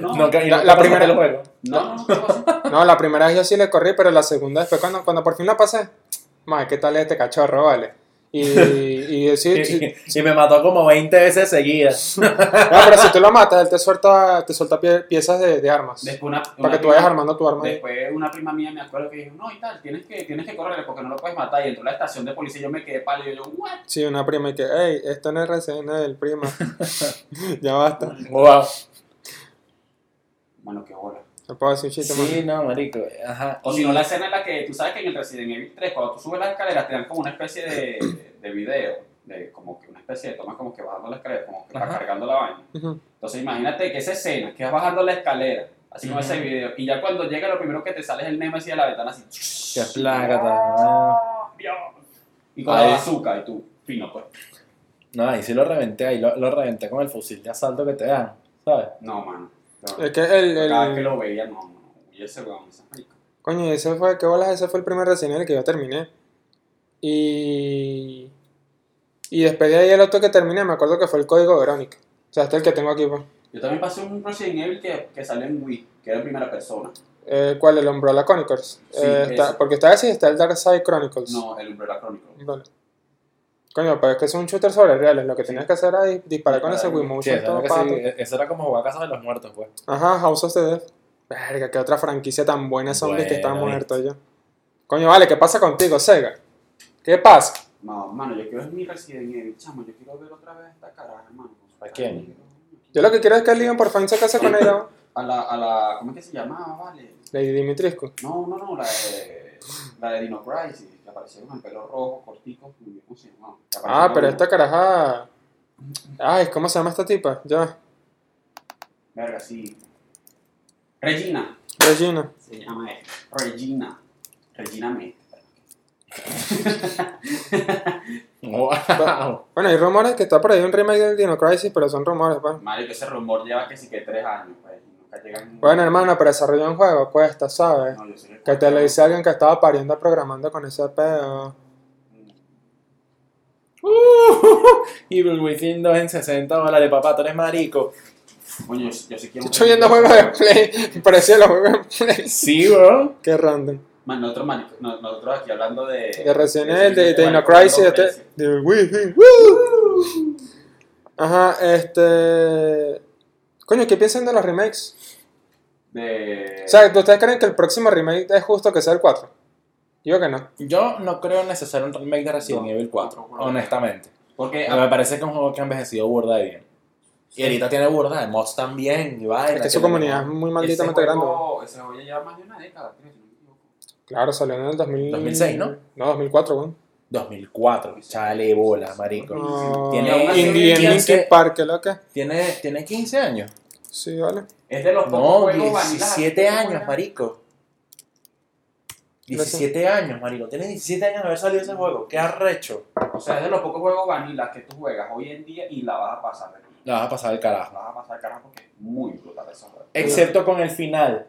[SPEAKER 2] No, no,
[SPEAKER 3] Nunca- y
[SPEAKER 1] la- la
[SPEAKER 3] nunca pasaste
[SPEAKER 1] primera-
[SPEAKER 3] el juego.
[SPEAKER 2] no, no, ¿qué pasó?
[SPEAKER 1] No, la primera vez yo sí le corrí, pero la segunda después cuando, cuando por fin la pasé, madre, ¿qué tal este cachorro, vale? Y, y sí, sí.
[SPEAKER 3] Y, y me mató como 20 veces seguidas.
[SPEAKER 1] No, pero si tú lo matas, él te suelta, te suelta pie- piezas de, de armas.
[SPEAKER 2] Después una, una
[SPEAKER 1] Para que tú
[SPEAKER 2] prima-
[SPEAKER 1] vayas armando tu arma. ahí.
[SPEAKER 2] Después una prima mía me acuerdo que dijo, no, y tal, tienes que, tienes que correrle porque no lo puedes matar. Y entró a la estación de policía y yo me quedé pálido. Y yo, what?
[SPEAKER 1] Sí, una prima y que, hey, esto no es RCN del prima. ya basta.
[SPEAKER 3] Wow.
[SPEAKER 2] Bueno, qué bola.
[SPEAKER 1] Te puedo decir un chiste,
[SPEAKER 3] Sí, no, marico. Ajá.
[SPEAKER 2] O si no, la escena en la que tú sabes que en el Resident Evil 3, cuando tú subes las escaleras, te dan como una especie de, de video, de como que una especie de toma como que bajando la escalera, como que
[SPEAKER 3] Ajá.
[SPEAKER 2] va cargando la vaina.
[SPEAKER 1] mano. Ujú.
[SPEAKER 2] Entonces imagínate que esa escena, que vas bajando la escalera, así como
[SPEAKER 3] Ujú.
[SPEAKER 2] ese video, y ya cuando llega lo primero que te sale es el Nemesis de la ventana así. ¡Oh,
[SPEAKER 3] Qué plaga.
[SPEAKER 2] Dios. Y con la
[SPEAKER 3] Ahí.
[SPEAKER 2] bazooka y tú, fino pues.
[SPEAKER 3] No, ahí sí lo reventé, ahí lo, lo reventé con el fusil de asalto que te dan, ¿sabes?
[SPEAKER 2] No, mano. No.
[SPEAKER 1] Es que el, el-
[SPEAKER 2] Cada vez que lo veía, no, no. Y ese weón, ese marico.
[SPEAKER 1] Coño, ese fue, qué bolas, ese fue el primer Resident Evil que yo terminé. Y... Y después de ahí el otro que terminé, me acuerdo que fue el código Verónica. O sea, este es el que tengo aquí, pues.
[SPEAKER 2] Yo también pasé un Resident Evil que, que salió en Wii, que era en primera persona.
[SPEAKER 1] Eh, ¿Cuál? El Umbrella Chronicles.
[SPEAKER 2] Sí,
[SPEAKER 1] Eh, está-
[SPEAKER 2] ese.
[SPEAKER 1] porque está ese y está el Dark Side Chronicles.
[SPEAKER 2] No, el Umbrella Chronicles.
[SPEAKER 1] Vale. Coño, pero es que es un shooter sobre reales. Lo que tenías que hacer era dis- disparar con ese
[SPEAKER 2] Disparar,
[SPEAKER 1] Wii
[SPEAKER 3] Sí,
[SPEAKER 1] Motion
[SPEAKER 3] eso,
[SPEAKER 1] todo
[SPEAKER 3] era que
[SPEAKER 1] pato.
[SPEAKER 3] sí, e-, eso era como jugar a Casa de los Muertos, pues.
[SPEAKER 1] Ajá, House of the Dead. Verga, qué otra franquicia tan buena zombies que está
[SPEAKER 3] Bueno,
[SPEAKER 1] muerto yo. Coño, vale, ¿qué pasa contigo, Sega? ¿Qué pasa?
[SPEAKER 2] No, mano, yo quiero es mi Resident Evil, chamo. Yo quiero ver otra vez esta caraja, hermano.
[SPEAKER 3] ¿A quién?
[SPEAKER 1] Yo lo que quiero es que Leon por fin se case con ella.
[SPEAKER 2] A la, a la, ¿cómo es que se llamaba, vale?
[SPEAKER 1] Lady Dimitriscu.
[SPEAKER 2] No, no, no, la de, la de Dino Crisis, que apareció con el pelo rojo, cortico, y ¿cómo se llamaba? Que apareció
[SPEAKER 1] Ah,
[SPEAKER 2] con
[SPEAKER 1] pero
[SPEAKER 2] una-
[SPEAKER 1] esta caraja. Ay, ¿cómo se llama esta tipa? Ya,
[SPEAKER 2] Verga, sí. Regina.
[SPEAKER 1] Regina.
[SPEAKER 2] Se llama esta. Regina. Regina me.
[SPEAKER 3] Wow.
[SPEAKER 1] Bueno, hay rumores que está por ahí un remake del Dino Crisis, pero son rumores, pues.
[SPEAKER 2] Mario, que ese rumor lleva que sí que tres años, pues, y nunca llegan.
[SPEAKER 1] Bueno, hermano, pero desarrollar un juego cuesta, ¿sabes?
[SPEAKER 2] No, yo sé Mm.
[SPEAKER 1] Que te lo dice alguien que estaba pariendo programando con ese pedo.
[SPEAKER 3] Evil Within 2 en 60 dólares, papá, tú eres marico.
[SPEAKER 2] Coño, yo, yo sí quiero.
[SPEAKER 1] Estoy viendo juegos de Play, parecía los juegos de Play.
[SPEAKER 3] Sí, bro.
[SPEAKER 1] Qué random.
[SPEAKER 2] Man, nosotros, man, no- nosotros aquí hablando de.
[SPEAKER 1] De recién el de
[SPEAKER 2] Resident
[SPEAKER 1] Dino
[SPEAKER 2] Evil,
[SPEAKER 1] Crisis,
[SPEAKER 2] Dino
[SPEAKER 1] este.
[SPEAKER 2] Crisis.
[SPEAKER 1] De Wi-Fi. ¡Woo! Ajá, este. Coño, ¿qué piensan de los remakes?
[SPEAKER 2] De.
[SPEAKER 1] O sea, ¿ustedes creen que el próximo remake es justo que sea el 4? Yo que no.
[SPEAKER 3] Yo no creo necesario un remake de Resident
[SPEAKER 2] No, Eh, ah.
[SPEAKER 3] Evil 4,
[SPEAKER 2] tampoco lo
[SPEAKER 3] honestamente.
[SPEAKER 2] Porque.
[SPEAKER 3] Me parece que es un juego que ha envejecido burda de bien. Y ahorita tiene burda de mods también, y vaina.
[SPEAKER 1] Es que su comunidad es muy malditamente grande.
[SPEAKER 2] juego- Ese juego ya lleva más de una década, creo, si no me equivoco.
[SPEAKER 1] Claro, salió en el 2000...
[SPEAKER 3] 2006, ¿no?
[SPEAKER 1] No, 2004, weón.
[SPEAKER 3] 2004, chale bola, marico.
[SPEAKER 1] No.
[SPEAKER 3] Tiene-
[SPEAKER 1] Indie
[SPEAKER 2] tiene
[SPEAKER 1] en Linkin
[SPEAKER 3] 15.
[SPEAKER 1] Park, ¿qué es lo que?
[SPEAKER 3] ¿Tiene, tiene 15 años.
[SPEAKER 1] Sí, vale.
[SPEAKER 2] Es de los pocos
[SPEAKER 3] No,
[SPEAKER 2] juegos vanilla.
[SPEAKER 3] 17 años, marico. 17 años, marico. Tiene 17 años de haber salido ese juego. Qué arrecho.
[SPEAKER 2] O sea, es de los pocos juegos vanilla que tú juegas hoy en día y la vas a pasar. hermano.
[SPEAKER 3] La vas a pasar el
[SPEAKER 2] La
[SPEAKER 3] carajo.
[SPEAKER 2] vas a pasar, carajo, porque es muy brutal ese juego.
[SPEAKER 3] Excepto con el final.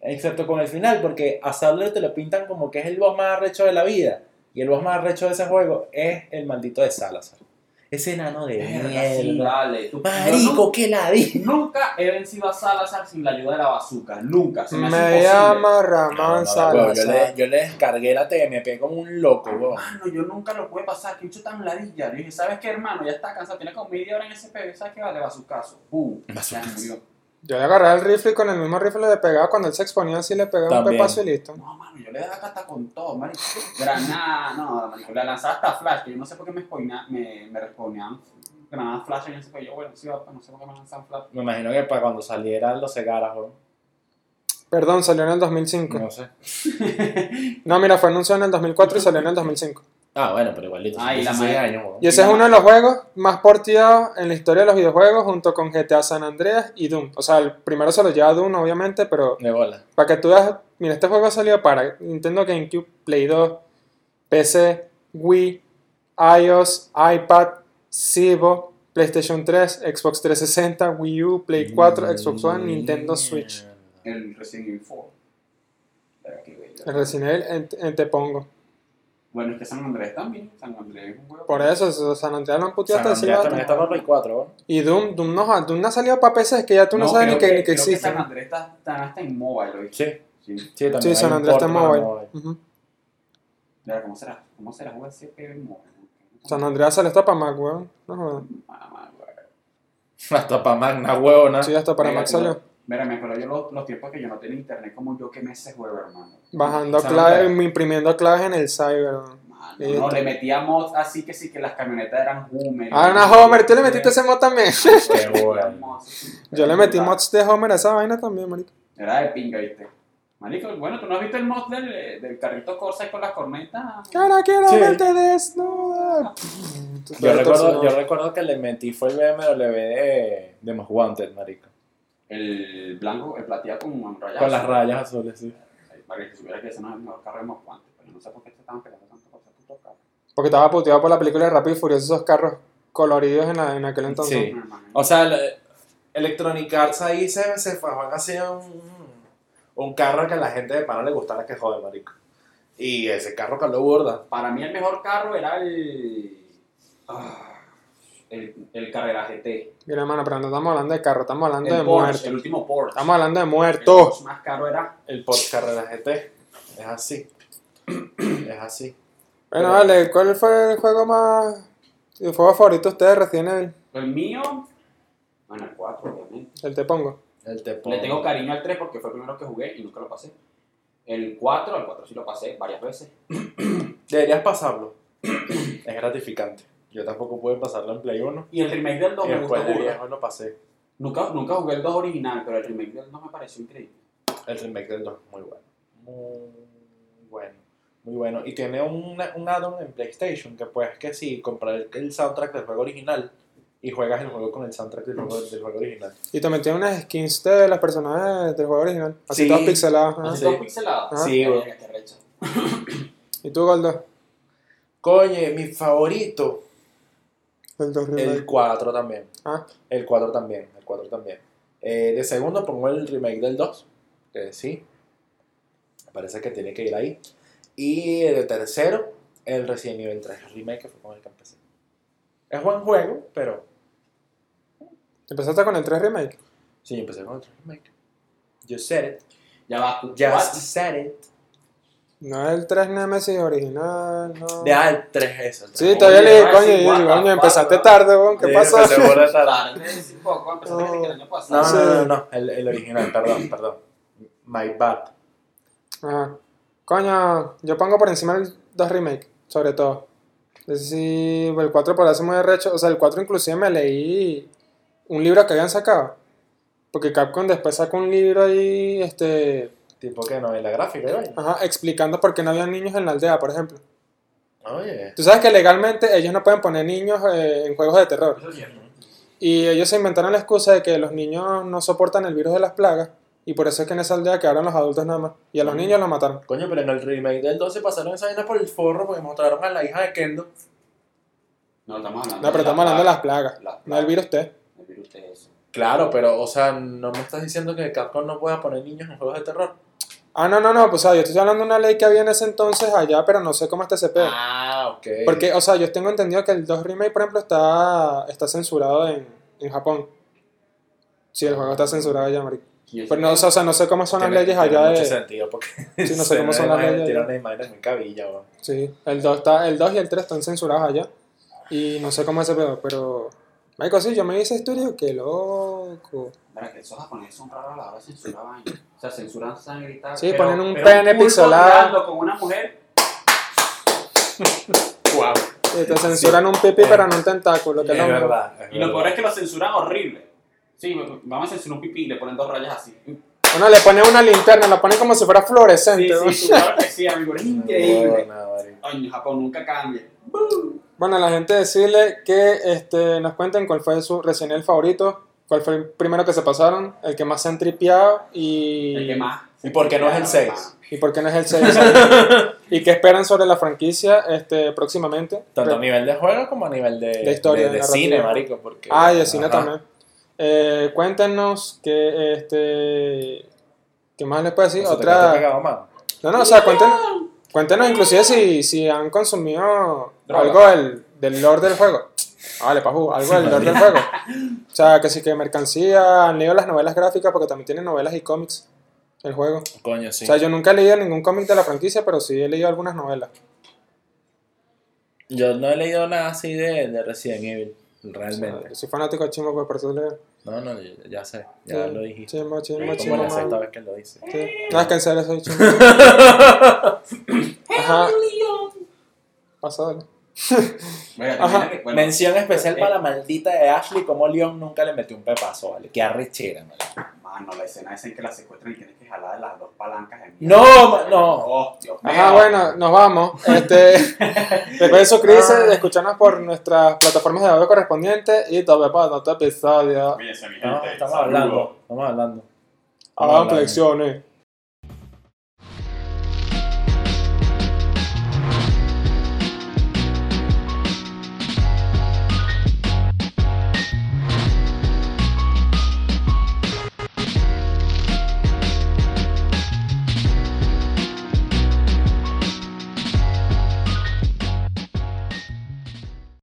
[SPEAKER 3] Excepto con el final, porque a Sadler te lo pintan como que es el boss más arrecho de la vida. Y el boss más arrecho de ese juego es el maldito de Salazar. Ese enano de
[SPEAKER 2] Verga, sí,
[SPEAKER 3] mierda.
[SPEAKER 2] dale. tú-
[SPEAKER 3] Marico, qué ladilla.
[SPEAKER 2] Yo nu- Nunca he vencido a Salazar sin la ayuda de la bazooka. Nunca. Se me, hace
[SPEAKER 1] Me
[SPEAKER 2] imposible.
[SPEAKER 1] llama Ramón
[SPEAKER 3] Bueno, yo, le,
[SPEAKER 1] Salazar.
[SPEAKER 3] yo le descargué la TMP como un loco, weón.
[SPEAKER 2] Mano, yo nunca lo pude pasar, que hecho tan ladilla. Le dije, ¿sabes qué, hermano? Ya está cansado, tiene como media hora en ese pedo. ¿Sabes qué? Vale, va a su caso. ¡Bum! Se
[SPEAKER 3] Bazucazo.
[SPEAKER 2] murió.
[SPEAKER 1] Yo le agarraba el rifle y con el mismo rifle le pegaba cuando él se exponía así, le pegaba un
[SPEAKER 3] También.
[SPEAKER 1] pepazo y listo.
[SPEAKER 2] No, mano, yo le daba cata con todo, marico. Granada, no, marico. La lanzaba hasta flash, que yo no sé por qué me, spoina- me, me respawneaban granadas flash en ese pedo. Yo, bueno, sí, va, no sé por qué me lanzan flash.
[SPEAKER 3] Me imagino que para cuando saliera los cegaras, weón.
[SPEAKER 1] Perdón, salió en el 2005. No,
[SPEAKER 3] No sé.
[SPEAKER 1] mira, fue anunciado en el 2004 y salió en el 2005.
[SPEAKER 3] Ah, bueno, pero igualito. son
[SPEAKER 2] Ay, la
[SPEAKER 3] 16
[SPEAKER 2] madre.
[SPEAKER 3] años, weón.
[SPEAKER 1] Y ese es uno de los juegos más porteados en la historia de los videojuegos junto con GTA San Andreas y Doom. O sea, el primero se lo lleva Doom, obviamente, pero
[SPEAKER 3] De bola.
[SPEAKER 1] para que tú veas, mira, este juego ha salido para Nintendo GameCube, Play 2, PC, Wii, iOS, iPad, Cibo, PlayStation 3, Xbox 360, Wii U, Play 4, Xbox One, Nintendo Switch.
[SPEAKER 2] El Resident Evil 4. Pero qué bello.
[SPEAKER 1] El Resident Evil, en- en- te pongo.
[SPEAKER 2] Bueno, es que San Andrés también. San Andrés es un juego.
[SPEAKER 1] Por eso, eso, San Andreas lo han
[SPEAKER 3] San
[SPEAKER 1] puteado hasta
[SPEAKER 3] Andreas
[SPEAKER 1] decir
[SPEAKER 3] también está para Play 4, weón.
[SPEAKER 1] Y Doom, Doom no, Doom no ha salido para PC, que ya tú no,
[SPEAKER 2] No,
[SPEAKER 1] sabes
[SPEAKER 2] creo
[SPEAKER 1] ni que, ni que
[SPEAKER 2] Creo que
[SPEAKER 1] existe.
[SPEAKER 2] San Andrés está, está hasta en mobile, ¿lo viste?
[SPEAKER 3] Sí,
[SPEAKER 2] Sí.
[SPEAKER 3] sí, también.
[SPEAKER 1] Sí,
[SPEAKER 3] hay
[SPEAKER 1] San
[SPEAKER 3] un
[SPEAKER 1] Andrés está en
[SPEAKER 3] port para
[SPEAKER 1] mobile. Ujú.
[SPEAKER 2] Mira, ¿cómo será? ¿Cómo será jugar ese pedo en mobile?
[SPEAKER 1] San Andreas salió hasta para Mac, weón. No jodas.
[SPEAKER 2] Mamá, güey.
[SPEAKER 3] Hasta para Magna, huevona.
[SPEAKER 1] Sí, hasta para
[SPEAKER 2] Mira,
[SPEAKER 1] Mac
[SPEAKER 2] tú-
[SPEAKER 1] salió.
[SPEAKER 2] Mira, me acuerdo yo los, los tiempos que yo no tenía internet, como yo quemé ese juego, hermano.
[SPEAKER 1] Bajando
[SPEAKER 3] San
[SPEAKER 1] claves,
[SPEAKER 3] Andreas.
[SPEAKER 1] imprimiendo claves en el cyber, weón.
[SPEAKER 2] Mano,
[SPEAKER 1] Eh,
[SPEAKER 2] no,
[SPEAKER 1] tú-
[SPEAKER 2] le metíamos así que sí, que las camionetas eran Homer.
[SPEAKER 1] Ah, no, Homer, tú le metiste ese mod también.
[SPEAKER 3] Qué bueno.
[SPEAKER 1] Yo le metí mods de Homer a esa vaina también, marico.
[SPEAKER 2] Era de pinga, ¿viste? Marico, bueno, ¿tú no has visto el mod del, eh, del carrito Corsa con las cornetas?
[SPEAKER 1] Ahora quiero
[SPEAKER 3] Sí.
[SPEAKER 1] verte desnuda.
[SPEAKER 3] Yo
[SPEAKER 1] Pero
[SPEAKER 3] recuerdo,
[SPEAKER 1] torsionado.
[SPEAKER 3] yo recuerdo que le metí fue el BMW de, de Most Wanted, marico.
[SPEAKER 2] El blanco, el plateado con rayas.
[SPEAKER 3] Con las rayas azules, sí.
[SPEAKER 2] Ay, Para que se supiera que ese no es el mejor carro de más guantes, pero no sé por qué te estaban pegando tanto por ese puto carro.
[SPEAKER 1] Porque estaba puteado por la película de Rápido y Furioso, esos carros coloridos en, la- en aquel entonces.
[SPEAKER 3] Sí.
[SPEAKER 2] No, hermano.
[SPEAKER 3] O sea, el- Electronic Arts ahí se, se fajó en hacer un, un carro que a la gente de pana le gustara que jode, marico. Y ese carro que lo burda.
[SPEAKER 2] Para mí el mejor carro era el. ah, el, el Carrera GT.
[SPEAKER 1] Mira, hermano, pero no estamos hablando de carro, estamos hablando de
[SPEAKER 2] El Porsche, el
[SPEAKER 1] muertos.
[SPEAKER 2] último Porsche.
[SPEAKER 1] Estamos hablando de
[SPEAKER 2] El
[SPEAKER 1] muertos.
[SPEAKER 2] Porsche más caro era.
[SPEAKER 3] El Porsche Carrera GT. Es así. Es así.
[SPEAKER 1] Bueno, vale, ¿cuál fue el juego más. el juego favorito de ustedes recién el,
[SPEAKER 2] El mío. Bueno, el 4, obviamente.
[SPEAKER 1] el te pongo?
[SPEAKER 3] El te
[SPEAKER 2] Le tengo cariño al 3 porque fue el primero que jugué y nunca lo pasé. El 4, el 4 sí lo pasé varias veces.
[SPEAKER 3] Deberías pasarlo. es gratificante. Yo tampoco pude pasarlo en Play 1.
[SPEAKER 2] Y el remake del 2
[SPEAKER 3] y
[SPEAKER 2] me gustó
[SPEAKER 3] después de
[SPEAKER 2] mucho.
[SPEAKER 3] viejo lo pasé.
[SPEAKER 2] Nunca, nunca jugué el 2 original, pero el remake del 2 me pareció increíble.
[SPEAKER 3] El remake del 2 muy bueno. Muy bueno. Muy bueno. Y tiene una- un add-on en PlayStation que puedes que sí, comprar el, el soundtrack del juego original y juegas el juego con el soundtrack del juego, del juego original.
[SPEAKER 1] Y también tiene unas skins de las personajes del juego original. Así
[SPEAKER 3] Sí.
[SPEAKER 1] todas pixeladas. ajá.
[SPEAKER 2] Así
[SPEAKER 3] sí.
[SPEAKER 2] todo pixelado.
[SPEAKER 1] Ah, Ajá.
[SPEAKER 3] Sí, güey.
[SPEAKER 2] Verga, qué recho.
[SPEAKER 1] ¿Y tú, Goldo?
[SPEAKER 3] Coño, y mi favorito.
[SPEAKER 1] El 2
[SPEAKER 3] El
[SPEAKER 1] remake.
[SPEAKER 3] 4 también.
[SPEAKER 1] Ah.
[SPEAKER 3] El 4 también. El 4 también. Eh, de segundo pongo el remake del 2. Que sí. Me Parece que tiene que ir ahí. Y de tercero, el Resident Evil 3. El remake que fue con el que empecé. Es buen juego, pero.
[SPEAKER 1] ¿Empezaste con el 3 remake?
[SPEAKER 3] Sí, yo empecé con el remake. You said it.
[SPEAKER 2] Ya va.
[SPEAKER 3] Just
[SPEAKER 2] What?
[SPEAKER 3] said it.
[SPEAKER 1] No el 3 Nemesis original, no.
[SPEAKER 3] De al 3 eso. el
[SPEAKER 1] Sí,
[SPEAKER 3] tres.
[SPEAKER 1] todavía
[SPEAKER 2] Oye,
[SPEAKER 1] le dije,
[SPEAKER 2] ahora
[SPEAKER 1] coño,
[SPEAKER 2] sí,
[SPEAKER 1] y
[SPEAKER 2] what
[SPEAKER 1] digo,
[SPEAKER 2] the
[SPEAKER 1] coño,
[SPEAKER 2] fuck,
[SPEAKER 1] empezaste
[SPEAKER 2] bro.
[SPEAKER 1] tarde, weón, ¿qué
[SPEAKER 3] Sí,
[SPEAKER 1] pasó?
[SPEAKER 3] empecé por la tarde.
[SPEAKER 2] Claro, sí, poco, empezó desde que el año pasado.
[SPEAKER 3] No, no, no, no, no, El, el original, perdón, perdón. My bad.
[SPEAKER 1] Ajá. Coño, yo pongo por encima el 2 remake, sobre todo. Es decir, el 4 parece muy arrecho. O sea, el 4 inclusive me leí un libro que habían sacado. Porque Capcom después sacó un libro ahí, este,
[SPEAKER 3] Tipo que novela gráfica, y vaina.
[SPEAKER 1] ajá, explicando por qué no había niños en la aldea, por ejemplo.
[SPEAKER 3] Oye.
[SPEAKER 1] Tú sabes que legalmente ellos no pueden poner niños eh, en juegos de terror.
[SPEAKER 2] Eso es cierto.
[SPEAKER 1] Y ellos se inventaron la excusa de que los niños no soportan el virus de las plagas. Y por eso es que en esa aldea quedaron los adultos nada más. Y a
[SPEAKER 3] Mm.
[SPEAKER 1] los niños los mataron.
[SPEAKER 3] Coño, pero en el remake del 12 pasaron esa vaina por el forro porque mostraron a la hija de Kendo.
[SPEAKER 2] No, estamos hablando.
[SPEAKER 1] No, pero estamos hablando de las plagas.
[SPEAKER 2] Las
[SPEAKER 1] No el virus T.
[SPEAKER 2] El virus de eso.
[SPEAKER 3] Claro, pero, o sea, no me estás diciendo que Capcom no pueda poner niños en juegos de terror.
[SPEAKER 1] Ah, no, no, no, pues o sea, yo estoy hablando de una ley que había en ese entonces allá, pero no sé cómo está ese pedo.
[SPEAKER 3] Ah, ok.
[SPEAKER 1] Porque, o sea, yo tengo entendido que el 2 Remake, por ejemplo, está, está censurado en, en Japón. Sí, el juego está censurado allá, marico.
[SPEAKER 2] Y eso-
[SPEAKER 1] Pero no, o sea, o sea, no sé cómo son las
[SPEAKER 3] Tiene-
[SPEAKER 1] leyes
[SPEAKER 3] tiene
[SPEAKER 1] allá
[SPEAKER 3] mucho
[SPEAKER 1] de...
[SPEAKER 3] sentido porque.
[SPEAKER 1] Sí, no sé cómo son las leyes
[SPEAKER 3] Tiene
[SPEAKER 1] allá.
[SPEAKER 3] unas imágenes muy cabilla, weón.
[SPEAKER 1] Sí, el 2, está, el 2 y el 3 están censurados allá. Y no sé cómo es ese pedo, pero... Marico, sí, yo me vi esa historia, qué loco.
[SPEAKER 2] Mira, que esos japoneses son raros a la hora de censurar vaina. O sea, censuran sangre y tal.
[SPEAKER 1] Sí,
[SPEAKER 2] pero-
[SPEAKER 1] ponen un
[SPEAKER 2] pero
[SPEAKER 1] pene
[SPEAKER 2] pulpo
[SPEAKER 1] pixelado.
[SPEAKER 2] tirando con una mujer.
[SPEAKER 3] Wow.
[SPEAKER 1] Y te censuran un pipi,
[SPEAKER 3] Eh,
[SPEAKER 1] pero no un tentáculo,
[SPEAKER 3] Es
[SPEAKER 1] que es lo mismo.
[SPEAKER 3] verdad.
[SPEAKER 2] Y lo peor es que lo censuran horrible. Sí, vamos a censurar un pipí y le ponen dos rayas así.
[SPEAKER 1] Uno le pone una linterna, la pone como si fuera
[SPEAKER 2] Sí,
[SPEAKER 1] fluorescente. ¿no?
[SPEAKER 2] sí, claro que sí, amigo. Es increíble.
[SPEAKER 3] increíble.
[SPEAKER 2] Ay, Japón nunca cambia.
[SPEAKER 1] Bueno, a la gente decirle que este, nos cuenten cuál fue su recién el favorito, cuál fue el primero que se pasaron, el que más se han tripeado y,
[SPEAKER 2] El que más.
[SPEAKER 3] ¿Y por qué no es el seis?
[SPEAKER 1] y por qué no es el 6. y qué esperan sobre la franquicia este, próximamente.
[SPEAKER 3] Tanto a
[SPEAKER 1] Pero-
[SPEAKER 3] nivel de juego como a nivel de,
[SPEAKER 1] De historia,
[SPEAKER 3] de,
[SPEAKER 1] de
[SPEAKER 3] cine,
[SPEAKER 1] narrativa.
[SPEAKER 3] marico. Porque,
[SPEAKER 1] ah, y el cine
[SPEAKER 3] Ajá.
[SPEAKER 1] también. Eh, cuéntenos que este... ¿Qué más les puedo decir?
[SPEAKER 3] O sea, te cuento que
[SPEAKER 1] Otra...
[SPEAKER 3] acabó, man.
[SPEAKER 1] No, no, o sea, cuéntenos, cuéntenos inclusive si, si han consumido
[SPEAKER 3] Droga.
[SPEAKER 1] algo del, del lore del juego. Vale, Paju, algo del lore del juego. O sea, que sí que mercancía, han leído las novelas gráficas porque también tiene novelas y cómics el juego.
[SPEAKER 3] Coño, sí.
[SPEAKER 1] O sea, yo nunca he leído ningún cómic de la franquicia, pero sí he leído algunas novelas.
[SPEAKER 3] yo no he leído nada así de, de Resident Evil,
[SPEAKER 1] O sea,
[SPEAKER 3] realmente.
[SPEAKER 1] yo soy fanático de Chimbo, pues por eso leo.
[SPEAKER 3] No, no, ya ya sé, ya lo dijiste.
[SPEAKER 1] Chimbo, Chimbo,
[SPEAKER 3] ¿Cómo
[SPEAKER 1] Chimbo.
[SPEAKER 3] la
[SPEAKER 1] man.
[SPEAKER 3] sexta vez que lo dice?
[SPEAKER 1] Sí. No, es que en serio soy Chimbo. Ajá. Pasa, dale.
[SPEAKER 2] Bueno,
[SPEAKER 1] Ajá.
[SPEAKER 2] mira que- bueno,
[SPEAKER 3] Mención especial
[SPEAKER 2] eh,
[SPEAKER 3] para la maldita de Ashley, como Leon nunca le metió un pepazo, ¿vale? Qué arrechera, man.
[SPEAKER 2] Mano, la escena es en que la secuestran y tienes que jalar las dos palancas. de mierda.
[SPEAKER 3] No, ma- no.
[SPEAKER 2] Oh, Dios mío.
[SPEAKER 1] Ajá, bueno, nos vamos. Este, después de suscribirse, de escucharnos por nuestras plataformas de audio correspondientes y tal vez para otro episodio.
[SPEAKER 2] Cuídense, mi
[SPEAKER 3] No,
[SPEAKER 2] gente.
[SPEAKER 3] estamos
[SPEAKER 2] Saludos.
[SPEAKER 1] Ah, pues,
[SPEAKER 3] hablando, estamos hablando.
[SPEAKER 1] Hagan flexiones.